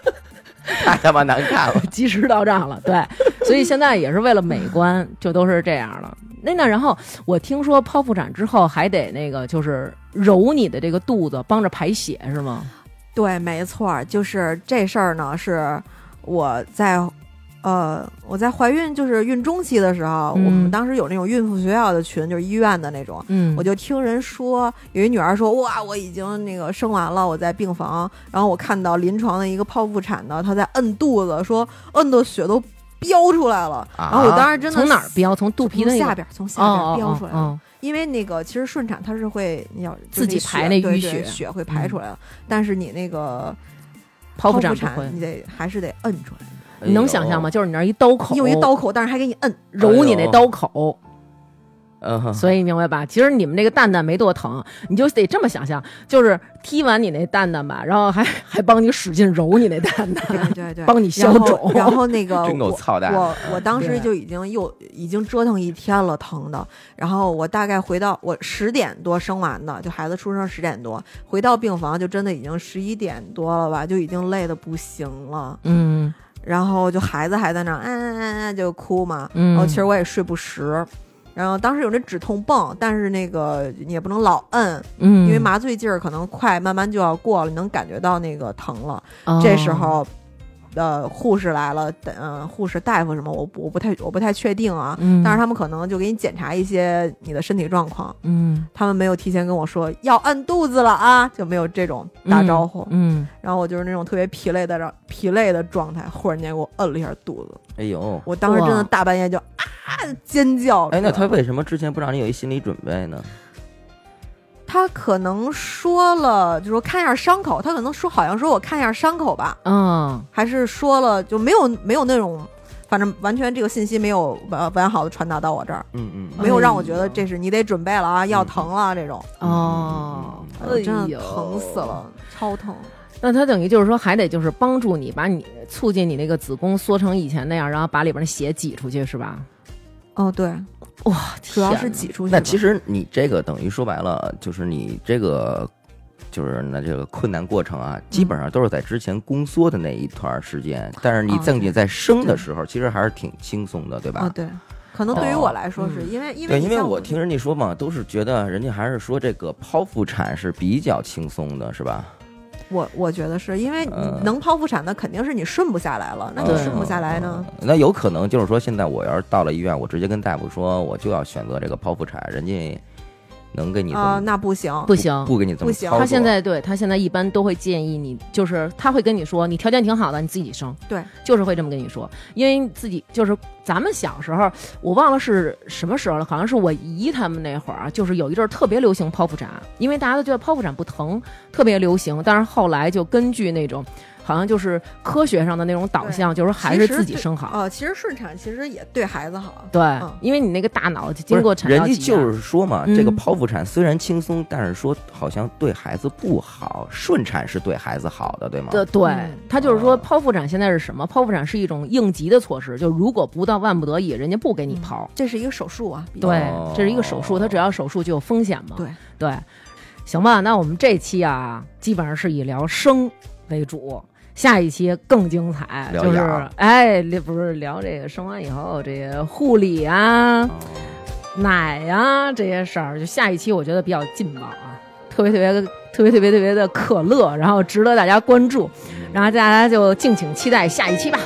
Speaker 2: 太他妈难看了。
Speaker 4: 及时到账了。对，所以现在也是为了美观，就都是这样了。那那然后我听说剖腹产之后还得那个就是揉你的这个肚子，帮着排血是吗？
Speaker 3: 嗯对，没错儿，就是这事儿呢，是我在。呃，我在怀孕就是孕中期的时候，我
Speaker 4: 嗯
Speaker 3: 们当时有那种孕妇学校的群，就是医院的那种，
Speaker 4: 嗯
Speaker 3: 我就听人说，有一女孩说，哇，我已经那个生完了，我在病房，然后我看到临床的一个剖腹产的，她在摁肚子，说摁的血都飙出来了。
Speaker 2: 啊
Speaker 3: 然后哦我当时真的
Speaker 4: 从哪儿飙？从肚
Speaker 3: 就
Speaker 4: 皮的
Speaker 3: 从
Speaker 4: 那
Speaker 3: 下
Speaker 4: 个
Speaker 3: 边儿，从下边
Speaker 4: 哦
Speaker 3: 儿
Speaker 4: 哦
Speaker 3: 飙出
Speaker 4: 哦
Speaker 3: 来了。
Speaker 4: 哦，
Speaker 3: 因为那个其实顺产它是会你要
Speaker 4: 自己排那
Speaker 3: 那
Speaker 4: 淤血嗯
Speaker 3: 血，血会排出来的，但是你那个
Speaker 4: 剖腹
Speaker 3: 腹
Speaker 4: 产
Speaker 3: 产
Speaker 4: 不会，哦
Speaker 3: 你得还是得摁出来，
Speaker 2: 哎呦哎
Speaker 4: 你能想象吗？？就是你那儿一刀口，
Speaker 3: 你有一刀口，但是还给你 摁。
Speaker 4: 揉你那刀口。
Speaker 2: 嗯哼
Speaker 4: 所以明白吧？其实你们这个蛋蛋没多疼，你就得这么想象，就是踢完你那蛋蛋吧，然后还还帮你使劲揉你那蛋
Speaker 3: 对
Speaker 4: 蛋，
Speaker 3: 对对，
Speaker 4: 帮你消肿。
Speaker 3: 然后然后那 个
Speaker 2: 真够
Speaker 3: 我
Speaker 2: 操蛋的
Speaker 3: 我我当
Speaker 4: 对
Speaker 3: 时就已经又已经折腾一天了，疼的。然后我大概回到我十点多生完的，就孩子出生十点多，回到病房就真的已经十一点多了吧，就已经累的不行了。
Speaker 4: 嗯
Speaker 3: 然后就孩子还在那儿，嗯嗯嗯嗯就哭嘛。然后
Speaker 4: 嗯
Speaker 3: 哦其实我也睡不实。然后当时有那止痛泵，但是那个你也不能老摁，
Speaker 4: 嗯
Speaker 3: 因为麻醉劲儿可能快，慢慢就要过了，你能感觉到那个疼了。
Speaker 4: 哦
Speaker 3: 这时候，呃，护士来了，嗯、护士大夫什么，我不我不太我不太确定啊，
Speaker 4: 嗯
Speaker 3: 但是他们可能就给你检查一些你的身体状况，
Speaker 4: 嗯
Speaker 3: 他们没有提前跟我说要按肚子了啊，就没有这种打招呼，
Speaker 4: 嗯，
Speaker 3: 然后我就是那种特别疲累的让疲累的状态，忽然间给我摁了一下肚子，
Speaker 2: 哎呦，
Speaker 3: 我当时真
Speaker 4: 哇
Speaker 3: 的大半夜就啊尖叫出
Speaker 2: 哎，
Speaker 3: 来
Speaker 2: 那
Speaker 3: 了，
Speaker 2: 他为什么之前不让你有一心理准备呢？
Speaker 3: 他可能说了，就说看一下伤口，他可能说好像说我看一下伤口吧，
Speaker 4: 嗯
Speaker 3: 还是说了就没有没有那种，反正完全这个信息没有完完好的传达到我这儿，
Speaker 2: 嗯嗯嗯
Speaker 3: 没有让我觉得这是你得准备了啊，要疼了啊这种，
Speaker 4: 哦，
Speaker 3: 哎呦真
Speaker 4: 哎
Speaker 3: 的
Speaker 4: 呦
Speaker 3: 疼死。了，超疼。
Speaker 4: 那他等于就是说，还得就是帮助你把你促进你那个子宫缩成以前那样，然后把里边的血挤出去，是吧？
Speaker 3: 哦，对，
Speaker 4: 哇，
Speaker 3: 主要是
Speaker 4: 天哪
Speaker 3: 挤出去的。
Speaker 2: 啊那其实你这个等于说白了，就是你这个就是那这个困难过程啊，基本上都是在之前宫缩的那一段时间，但是你
Speaker 3: 啊
Speaker 2: 正经在生的
Speaker 3: 对
Speaker 2: 时候，其实还是挺轻松的，对吧？
Speaker 3: 啊，对，可能对于
Speaker 2: 哦
Speaker 3: 我来说是因为因为
Speaker 2: 对，
Speaker 3: 你
Speaker 2: 因为
Speaker 3: 像
Speaker 2: 我听人家说嘛，都是觉得人家还是说这个剖腹产是比较轻松的，是吧？
Speaker 3: 我我觉得是因为你
Speaker 2: 嗯
Speaker 3: 能剖腹产的肯定是你顺不下来了，那你
Speaker 1: 对
Speaker 3: 顺不下来呢？
Speaker 2: 嗯那有可能就是说，现在我要是到了医院，我直接跟大夫说，我就要选择这个剖腹产，人家能给你这么
Speaker 3: 啊，那不行，
Speaker 4: 不行，
Speaker 2: 哦不给你这么
Speaker 3: 不行
Speaker 2: 操作
Speaker 4: 他现在对他现在一般都会建议你，就是他会跟你说，你条件挺好的，你自己生。
Speaker 3: 对，
Speaker 4: 就是会这么跟你说，因为自己就是咱们小时候，我忘了是什么时候了，好像是我姨他们那会儿，就是有一阵儿特别流行剖腹产，因为大家都觉得剖腹产不疼，特别流行。但是后来就根据那种，好像就是科学上的那种导向，就是还是
Speaker 3: 其实
Speaker 4: 自己
Speaker 3: 对
Speaker 4: 生好。
Speaker 3: 哦、其实顺产其实也对孩子好，
Speaker 4: 对，
Speaker 3: 嗯
Speaker 4: 因为你那个大脑就
Speaker 2: 不
Speaker 4: 经
Speaker 2: 是
Speaker 4: 过产啊
Speaker 2: 人
Speaker 4: 道
Speaker 2: 家
Speaker 4: 挤压
Speaker 2: 就是说嘛，这个
Speaker 4: 嗯
Speaker 2: 剖腹产虽然轻松，但是说好像对孩子不好，顺产是对孩子好的，对吗？
Speaker 4: 对对
Speaker 3: 嗯，
Speaker 4: 他就是说
Speaker 2: 哦
Speaker 4: 剖腹产现在是什么？剖腹产是一种应急的措施，就如果不到万不得已，人家不给你剖。
Speaker 3: 这是一个手术啊，
Speaker 4: 嗯
Speaker 3: 比
Speaker 4: 对
Speaker 2: 哦，
Speaker 4: 这是一个手术，他只要手术就有风险嘛。
Speaker 3: 对
Speaker 4: 对，行吧，那我们这期啊，基本上是以聊生为主。下一期更精彩，
Speaker 2: 聊
Speaker 4: 就是
Speaker 2: 养
Speaker 4: 哎，聊不是聊这个生完以后这些护理啊、
Speaker 2: 哦
Speaker 4: 奶呀、这些事儿，就下一期我觉得比较劲爆啊，特别特别特别特别特别的可乐，然后值得大家关注，然后大家就敬请期待下一期吧。